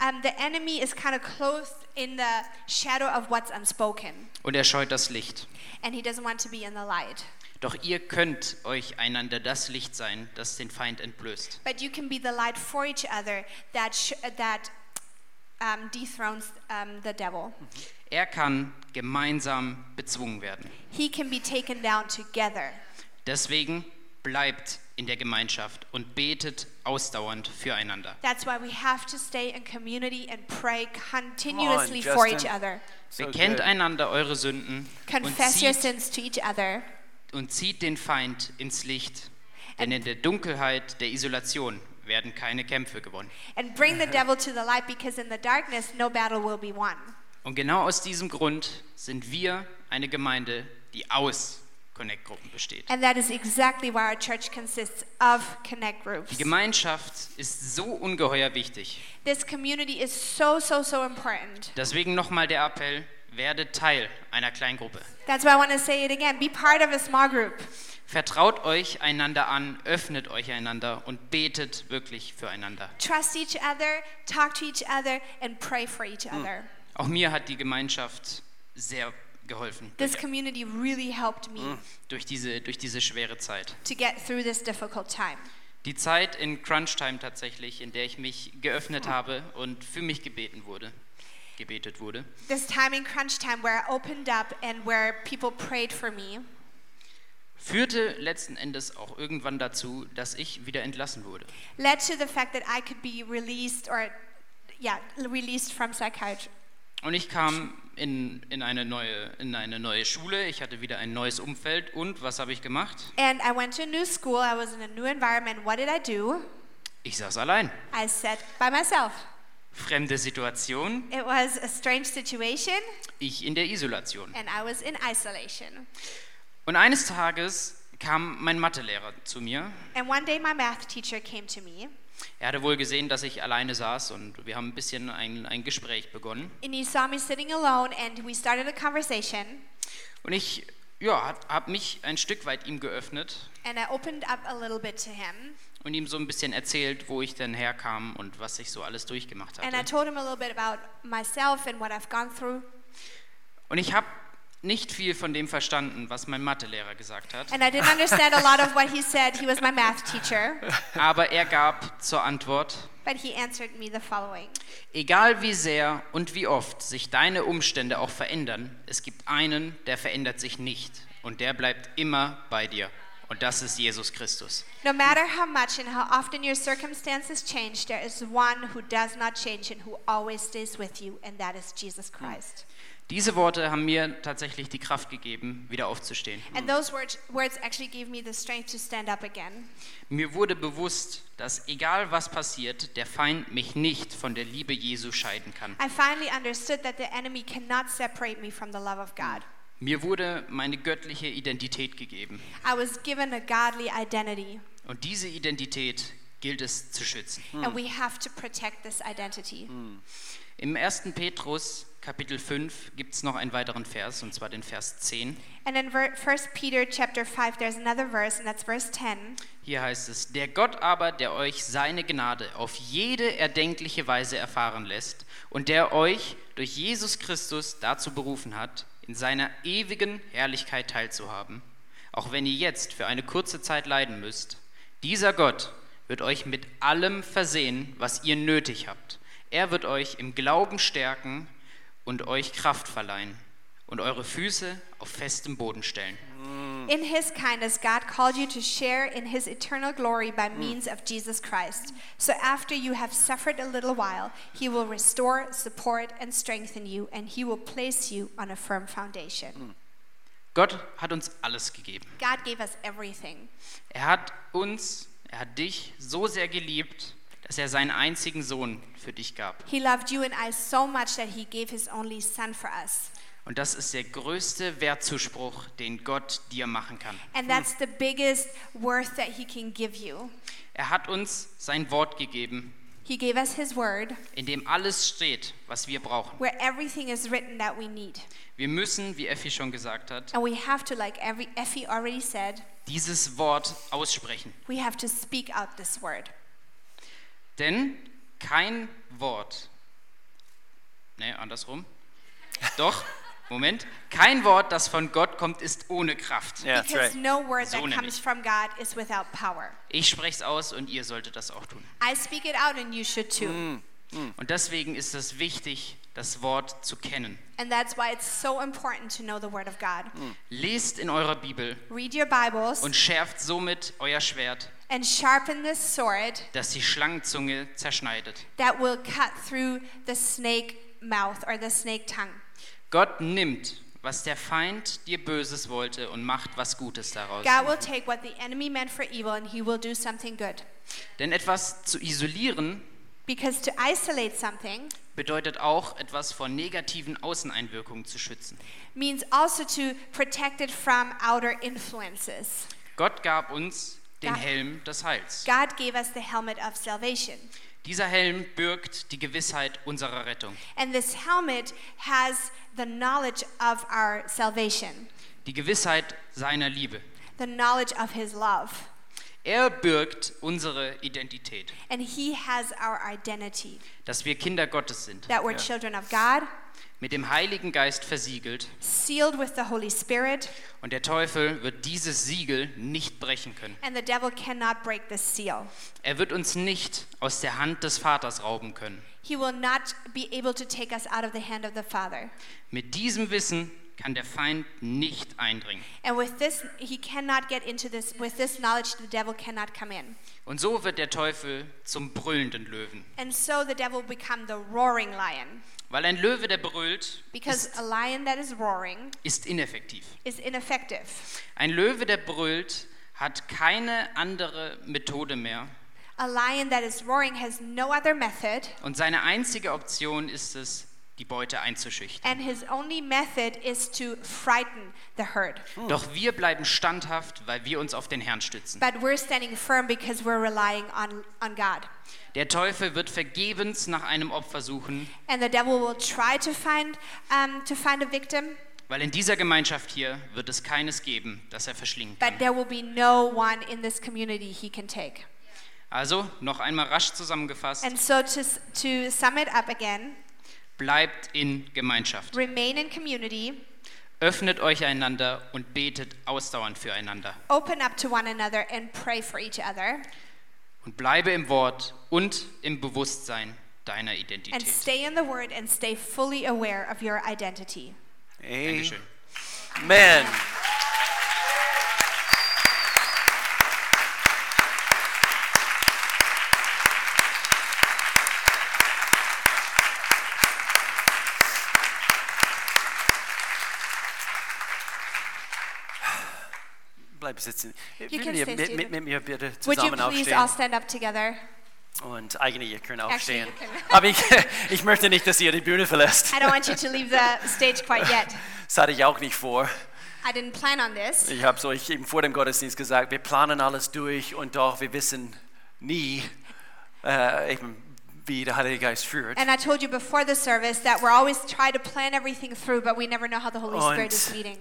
Um, the enemy is kind of clothed in the shadow of what's unspoken,
Und er scheut das Licht.
and he doesn't want to be in the light.
Doch ihr könnt euch einander das Licht sein, das den Feind entblößt.
But you can be the light for each other that, sh- that um, dethrones um, the devil.
Er kann gemeinsam bezwungen werden.
He can be taken down together.
Deswegen bleibt in der Gemeinschaft und betet ausdauernd füreinander.
That's why we have to stay in community and pray continuously for
Justin.
each other.
So
Bekennt
good.
einander eure Sünden und
Confess your
zieht,
sins to each other.
und zieht den Feind ins Licht. Denn in der Dunkelheit der Isolation werden keine Kämpfe gewonnen.
And bring the devil to the light because in the darkness no battle will be won.
Und genau aus diesem Grund sind wir eine Gemeinde, die aus Connect-Gruppen besteht.
And that is exactly why our church consists of connect
Die
groups.
Gemeinschaft ist so ungeheuer wichtig.
This community is so, so, so important.
Deswegen nochmal der Appell, werdet Teil einer Kleingruppe.
That's why I want to say it again be part of a small group.
Vertraut euch einander an, öffnet euch einander und betet wirklich füreinander.
trust each other, talk to each other, and pray for each other.
Auch mir hat die Gemeinschaft sehr geholfen
This community really helped me
durch diese, durch diese schwere Zeit.
to get through this difficult time.
Die Zeit in Crunch Time tatsächlich, in der ich mich geöffnet habe und für mich gebeten wurde, gebetet wurde.
This time in crunch time where I opened up and where people prayed for me
führte letzten Endes auch irgendwann dazu, dass ich wieder entlassen wurde.
led to the fact that I could be released or, yeah, released from psychiatry.
Und ich kam in, in, eine neue, in eine neue Schule, ich hatte wieder ein neues Umfeld und was habe ich gemacht?
And I went to a new school. I was in a new environment. What did I do?
Ich saß allein.
I sat by myself.
Fremde Situation,
It was a strange situation,
ich in der Isolation.
and I was in isolation.
Und eines Tages kam mein Mathelehrer zu mir.
And one day, my math teacher came to me,
Er hatte wohl gesehen, dass ich alleine saß und wir haben ein bisschen ein, ein Gespräch begonnen.
and he saw me sitting alone, and we started a conversation.
Und ich ja, habe mich ein Stück weit ihm geöffnet
And I opened up a little bit to him,
und ihm so ein bisschen erzählt, wo ich denn herkam und was ich so alles durchgemacht
and I
hatte.
told him a little bit about myself and what I've gone through.
Und ich habe nicht viel von dem verstanden, was mein Mathelehrer gesagt hat,
And I didn't understand a lot of what he said. He was my math teacher,
aber er gab zur Antwort,
but he answered me the following
egal wie sehr und wie oft sich deine Umstände auch verändern, es gibt einen, der verändert sich nicht und der bleibt immer bei dir und das ist Jesus Christus.
No matter how much and how often your circumstances change, there is one who does not change and who always stays with you, and that is Jesus Christ.
Diese Worte haben mir tatsächlich die Kraft gegeben, wieder aufzustehen.
And those words, words actually gave me the strength to stand up again.
Mir wurde bewusst, dass egal was passiert, der Feind mich nicht von der Liebe Jesu scheiden kann.
I finally understood that the enemy cannot separate me from the love of God.
Mir wurde meine göttliche Identität gegeben.
I was given a godly identity,
Und diese Identität gilt es zu schützen.
and we have to protect this identity.
Im 1. Petrus Kapitel 5 gibt es noch einen weiteren Vers, und zwar den Vers 10.
And in ver- 1 Peter chapter 5, there's another verse, and that's verse 10.
Hier heißt es, der Gott aber, der euch seine Gnade auf jede erdenkliche Weise erfahren lässt und der euch durch Jesus Christus dazu berufen hat, in seiner ewigen Herrlichkeit teilzuhaben, auch wenn ihr jetzt für eine kurze Zeit leiden müsst, dieser Gott wird euch mit allem versehen, was ihr nötig habt. Er wird euch im Glauben stärken und euch Kraft verleihen und eure Füße auf festem Boden stellen.
In his kindness, God called you to share in his eternal glory by means of Jesus Christ. So after you have suffered a little while, he will restore, support, and strengthen you, and he will place you on a firm foundation.
Gott hat uns alles gegeben.
God gave us everything.
Er hat uns, er hat dich so sehr geliebt, dass er seinen einzigen Sohn für dich gab.
He loved you and I so much that he gave his only son for us.
Und das ist der größte Wertzuspruch, den Gott dir machen kann.
And that's the biggest worth that he can give you.
Er hat uns sein Wort gegeben,
He gave us his word,
in dem alles steht, was wir brauchen.
where everything is written that we need.
Wir müssen, wie Effi schon gesagt hat,
And we have to, like every Effie already said,
dieses Wort aussprechen.
we have to speak out this word.
Denn kein Wort, ne, andersrum, doch, Moment, kein Wort, das von Gott kommt, ist ohne Kraft.
Yeah, that's
because
right.
no word
So
that comes
nämlich.
from God is without power.
Ich spreche es aus und ihr solltet das auch tun.
I speak it out and you should too.
Mm.
Und deswegen ist es wichtig, das Wort zu kennen.
And that's why it's so important to know the word of God.
Mm.
Lest in eurer Bibel
Read your Bibles
und schärft somit euer Schwert,
and sharpen this sword
das die Schlangenzunge zerschneidet.
that will cut through the snake mouth or the snake tongue.
Gott nimmt, was der Feind dir Böses wollte und macht was Gutes daraus.
God will take what the enemy meant for evil and he will do something good.
Denn etwas zu isolieren
Because to isolate something
bedeutet auch, etwas vor negativen Außeneinwirkungen zu schützen.
means also to protect it from outer influences.
Gott gab uns den
Ja.
Helm des Heils.
God gave us the helmet of salvation.
Dieser Helm birgt die Gewissheit unserer Rettung.
And this helmet has the knowledge of our salvation,
die Gewissheit seiner Liebe.
the knowledge of his love.
Er birgt unsere Identität,
and He has our identity
dass wir Kinder Gottes sind,
that we're children of God,
mit dem Heiligen Geist versiegelt
sealed with the Holy Spirit,
und der Teufel wird dieses Siegel nicht brechen können.
and the devil cannot break this seal.
Er wird uns nicht aus der Hand des Vaters rauben können.
He will not be able to take us out of the hand of the Father.
Mit diesem Wissen kann der Feind nicht eindringen.
And with this, he cannot get into this. With this knowledge, the devil cannot come in.
Und so wird der Teufel zum brüllenden Löwen.
And so the devil become the roaring lion.
Weil ein Löwe, der brüllt,
Because a lion that is roaring
ist ineffektiv.
is ineffective.
Ein Löwe, der brüllt, hat keine andere Methode mehr.
A lion that is roaring has no other method,
Und seine einzige Option ist es, die Beute einzuschüchtern.
and his only method is to frighten the herd.
Doch wir bleiben standhaft, weil wir uns auf den Herrn stützen.
But we're standing firm because we're relying on, on God.
Der Teufel wird vergebens nach einem Opfer suchen,
And the devil will try to find, um, to find a victim,
weil in dieser Gemeinschaft hier wird es keines geben, das er verschlingen
but
kann.
there will be no one in this community he can take.
Also, noch einmal rasch zusammengefasst,
And so to, s- to sum it up again,
bleibt in Gemeinschaft.
remain in community,
Öffnet euch einander und betet ausdauernd füreinander.
open up to one another, and pray for each other,
Und bleibe im Wort und im Bewusstsein deiner
and
Identität.
stay in the Word and stay fully aware of your identity.
Dankeschön.
Amen. Bleib sitzen.
can
Würden ihr
stay
mit,
seated.
mit, mit mir bitte
Would you
zusammen
please
aufstehen?
all stand up together?
Und eigentlich, ihr könnt aufstehen.
Actually, you can.
Aber ich, (laughs) ich möchte nicht, dass ihr die Bühne verlässt.
I don't want you to leave the stage quite yet.
Das hatte ich auch nicht vor.
I didn't plan on this,
Ich habe es euch eben vor dem Gottesdienst gesagt, wir planen alles durch und doch, wir wissen nie, äh, eben, wie der Heilige Geist führt.
and I told you before the service that we're always trying to plan everything through, but we never know how the Holy
Und-
Spirit is leading.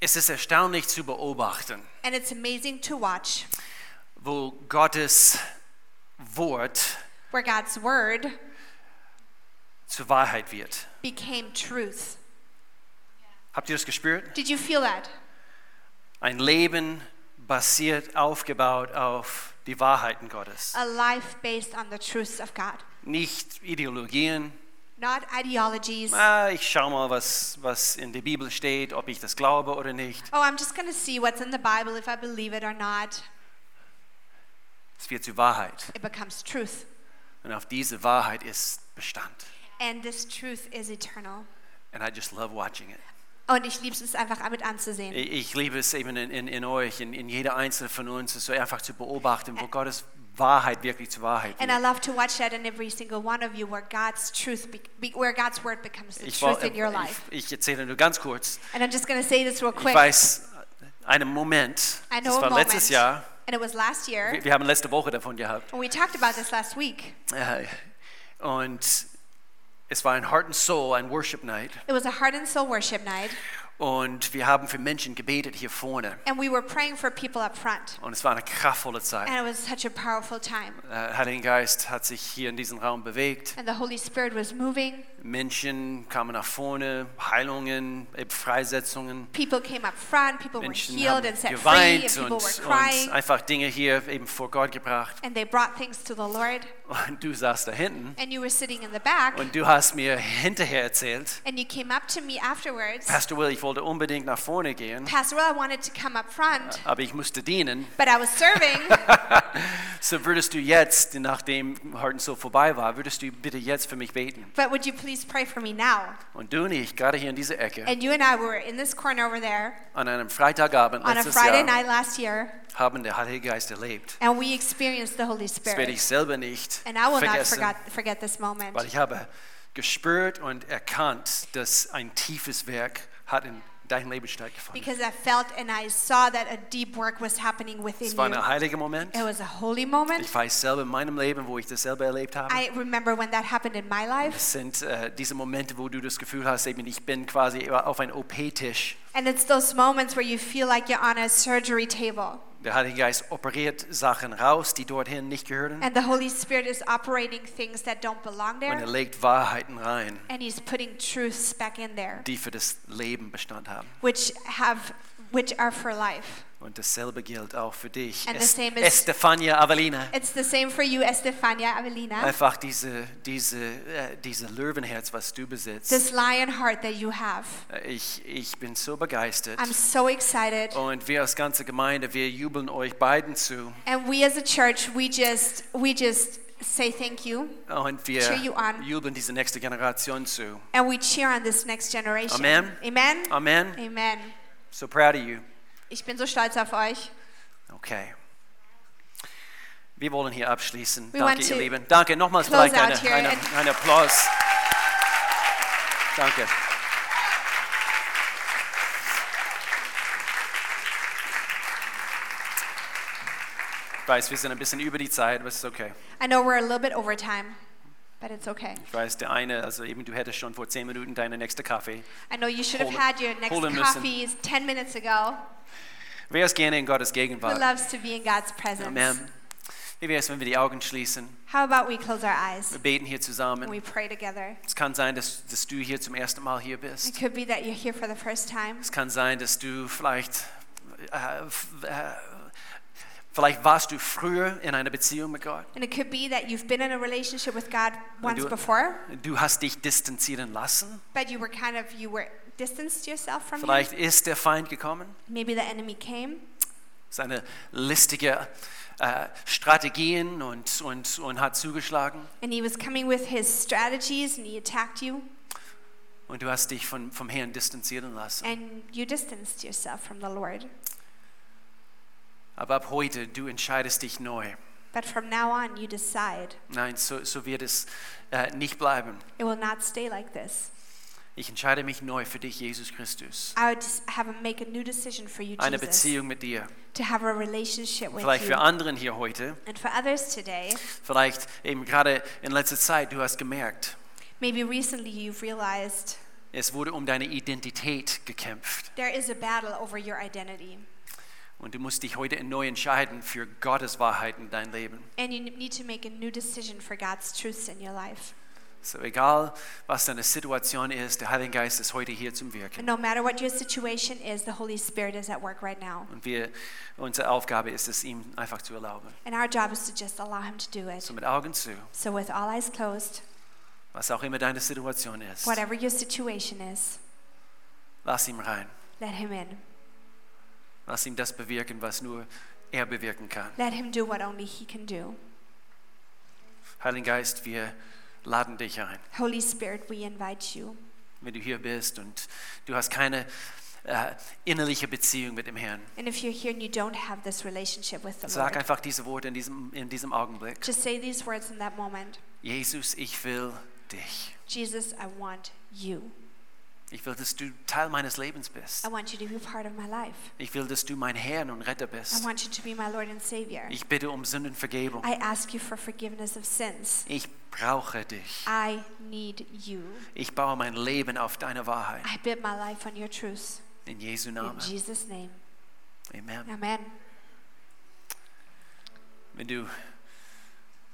Es ist erstaunlich zu beobachten,
And it's amazing to watch
wo Gottes Wort
where God's Word
zur Wahrheit wird.
became truth.
Habt ihr das gespürt?
Did you feel that?
Ein Leben basiert, aufgebaut auf die Wahrheiten Gottes.
A life based on the truths of God,
Nicht Ideologien,
not ideologies.
Ah, ich schaue mal, was, was in der Bibel steht, ob ich das glaube oder nicht.
Oh, I'm just going to see what's in the Bible, if I believe it or not.
Es wird zur Wahrheit.
It becomes truth.
Und auf diese Wahrheit ist Bestand.
And this truth is eternal.
And I just love watching it.
Oh, und ich liebe es einfach mit anzusehen.
Ich, ich liebe es eben in, in, in euch, in, in jeder einzelne von uns, es so einfach zu beobachten, wo Gottes Wahrheit wirklich zur Wahrheit
And I
wird.
love to watch that in every single one of you, where God's truth, be, be, where God's word becomes the
Ich, war-
truth in your life.
ich, ich erzähle nur ganz kurz.
And I'm just going to say this real quick.
Ich weiß, einen Moment,
I
das
know
war
a moment,
letztes Jahr,
and it was last year.
wir, wir haben letzte Woche davon gehabt.
And we talked about this last week.
Äh, Und es war ein Heart and Soul, ein Worship Night.
It was a heart and soul worship night,
Und wir haben für Menschen gebetet hier vorne.
and we were praying for people up front.
Und es war eine kraftvolle Zeit.
And it was such a powerful time.
Der Heilige Äh, Geist hat sich hier in diesem Raum bewegt.
And the Holy Spirit was moving.
Menschen kamen nach vorne, Heilungen, eben Freisetzungen.
People came up front, people
Menschen
were healed
haben
and set free, and
geweint und,
people were
und
crying.
einfach Dinge hier eben vor Gott gebracht.
and they brought things to the Lord.
Und du saßt da hinten
And you were sitting in the back,
und du hast mir hinterher erzählt,
and you came up to me afterwards.
Pastor Will, ich wollte unbedingt nach vorne gehen,
Pastor Will, I wanted to come up front,
aber ich musste dienen.
but I was serving. (laughs)
So würdest du jetzt, nachdem Heart and Soul vorbei war, würdest du bitte jetzt für mich beten?
but would you please pray for me now?
Und du und ich, gerade hier in dieser Ecke,
And you and I were in this corner over there
an einem Freitagabend
on a
letztes
Friday
Jahr
night last year,
haben der Heilige Geist erlebt.
and we experienced the Holy
Das werde
Spirit.
ich selber nicht
And I will not
vergessen,
forget, forget this moment.
weil ich habe gespürt und erkannt, dass ein tiefes Werk hat in deinem Leben stattgefunden.
Because I felt and I saw that a deep work was happening within
Es war
you.
ein heiliger Moment.
It was a holy
Ich
moment.
weiß selber in meinem Leben, wo ich das selber erlebt habe.
I remember when that happened in my life.
Es sind äh, diese Momente, wo du das Gefühl hast, eben ich bin quasi auf einem OP-Tisch
And it's those moments where you feel like you're on a surgery table
Der Heilige Geist operiert Sachen raus, die dorthin nicht gehören.
and the Holy Spirit is operating things that don't belong
Und er
there
legt Wahrheiten rein,
and he's putting truths back in there
die für das Leben Bestand haben.
which have which are for life.
Und dasselbe gilt auch für dich,
And the
Es-
same is-
Estefania Avelina.
It's the same for you, Estefania Avelina.
Einfach diese, diese, äh, diese Löwenherz, was du besitzt.
This lion heart that you have.
Äh, Ich, ich bin so begeistert.
I'm so excited.
Und wir als ganze Gemeinde, wir jubeln euch beiden zu.
And we as a church, we just we just say thank you
Und
Cheer you
wir
on.
jubeln diese nächste Generation zu.
and we cheer on this next generation.
Amen.
Amen.
Amen.
Amen.
So proud of you.
Ich bin so stolz auf euch.
Okay. Wir wollen hier abschließen.
We
Danke,
want
ihr
to
Lieben. Danke. Nochmals
close
vielleicht eine,
out here
eine,
and-
einen Applaus. Danke. Ich weiß, wir sind ein bisschen über die Zeit, aber es ist okay.
I know we're a little bit over time, but it's okay.
Ich weiß, der eine, also eben du hättest schon vor zehn Minuten deine nächste Kaffee.
I know you should have
Hold it-
had your next
hold it, listen.
coffee 10 minutes ago.
Wer ist gerne in Gottes
Who
Gegenwart?
loves to be in God's presence?
Amen. Wie wäre es, wenn wir die Augen schließen?
How about we close our
Wir
eyes
beten hier
and we
zusammen.
pray together?
Es kann sein, dass, dass du hier zum ersten Mal hier bist.
It could be that you're here for the first time.
Es kann sein, dass du vielleicht, äh, f- äh, vielleicht warst du früher in einer Beziehung mit Gott.
And it could be that you've been in a relationship with God
Und
once before,
du hast dich distanzieren lassen.
but you were kind of, you were distanced yourself from Him.
Vielleicht ist der Feind gekommen.
Maybe the enemy came.
Seine listige äh, Strategien und, und, und hat zugeschlagen.
And he was coming with his strategies and he attacked you
Und du hast dich von, vom Herrn distanzieren lassen.
and you distanced yourself from the Lord.
Aber ab heute, du entscheidest dich neu.
But from now on, you decide
Nein, so, so wird es äh, nicht bleiben.
it will not stay like this.
Ich entscheide mich neu für dich, Jesus Christus.
I would have a, make a new decision for you,
Eine
Jesus,
Beziehung mit dir.
to have a relationship with
Vielleicht
you.
für anderen hier heute.
And for others today,
Vielleicht eben gerade in letzter Zeit, du hast gemerkt,
maybe recently you've realized
es wurde um deine Identität gekämpft.
there is a battle over your identity.
Und du musst dich heute neu entscheiden für Gottes Wahrheit in dein Leben.
And you need to make a new decision for God's truths in your life.
So egal, was deine Situation ist, der Heilige Geist ist heute hier zum
And
Wirken.
no matter what your situation is, the Holy Spirit is at work right now.
Und wir, unsere Aufgabe ist es, ihm einfach zu erlauben.
And our job is to just allow Him to do it.
So mit Augen zu,
So, with all eyes closed,
was auch immer deine Situation ist,
whatever your situation is,
lass ihm rein.
let Him in.
Lass ihm das bewirken, was nur er bewirken kann.
Let Him do what only He can do.
Heiliger Geist, wir laden dich ein.
Holy Spirit, we invite you.
wenn du hier bist und du hast keine äh, innerliche Beziehung mit dem Herrn.
And if you're here and you don't have this relationship with the
Sag
Lord,
einfach diese Worte in diesem, in diesem Augenblick.
just say these words in that moment
Jesus, ich will dich.
Jesus, I want you.
Ich will, dass du Teil meines Lebens bist.
I want you to be part of my life.
Ich will, dass du mein Herr und Retter
I
bist.
want you to be my Lord and Savior.
Ich bitte um Sündenvergebung.
I ask you for forgiveness of sins.
Ich brauche dich.
I need you.
Ich baue mein Leben auf deine Wahrheit.
I build my life on your truths.
In Jesu
In
Namen.
Jesus' name.
Amen.
Amen.
Wenn du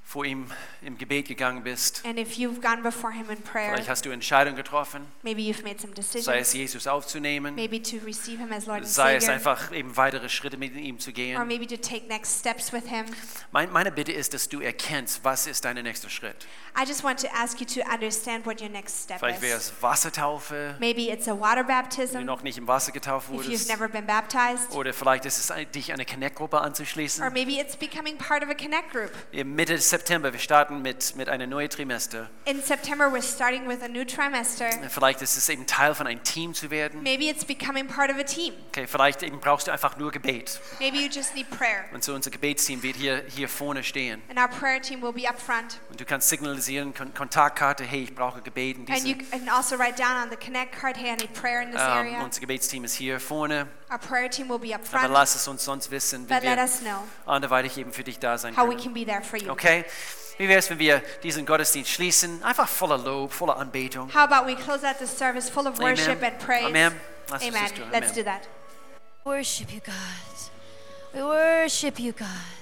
vor ihm im Gebet gegangen bist,
And if you've gone before Him in prayer,
vielleicht hast du Entscheidungen getroffen,
maybe you've made some
sei es
decisions,
Jesus aufzunehmen,
maybe to receive Him as Lord and
sei es
Savior,
einfach eben weitere Schritte mit ihm zu
or
gehen.
maybe to take next steps with Him.
Mein, meine Bitte ist, dass du erkennst, was ist dein nächster Schritt.
I just want to ask you to understand what your next step
Vielleicht wäre
is.
es Wassertaufe,
Maybe it's a water
wenn du
baptism
noch nicht im Wasser getauft
if you've
wurdest.
never been baptized.
Oder vielleicht ist es, ein- dich einer Connect-Gruppe
Or
anzuschließen.
maybe it's becoming part of a connect group.
Im Mitte September, wir starten mit, mit einem neuen Trimester.
In September, we're starting with a new trimester.
Vielleicht ist es eben Teil von einem Team zu werden.
Maybe it's becoming part of a team.
Okay, vielleicht eben brauchst du einfach nur Gebet.
Maybe you just need prayer.
Und so unser Gebetsteam wird hier, hier vorne stehen.
And our prayer team will be up front.
Und du kannst signalisieren, Kon Kontaktkarte, hey, ich brauche Gebet in
And you
diesem.
can also write down on the connect card, hey, I need prayer in this
Ähm,
area.
unser Gebetsteam ist hier vorne.
Our prayer team will be up
Aber
front.
lass es uns sonst wissen, wie
But let
wir
us know
anderweitig eben für dich da sein
how we
können.
can be there for you.
Okay? Wie wäre es, wenn wir diesen Gottesdienst schließen? Einfach voller Lob, voller Anbetung.
How about we close out this service full of worship
Amen.
and praise?
Amen. Let's just
Amen.
do it.
Let's
Amen.
do that.
worship you, God. We worship you, God.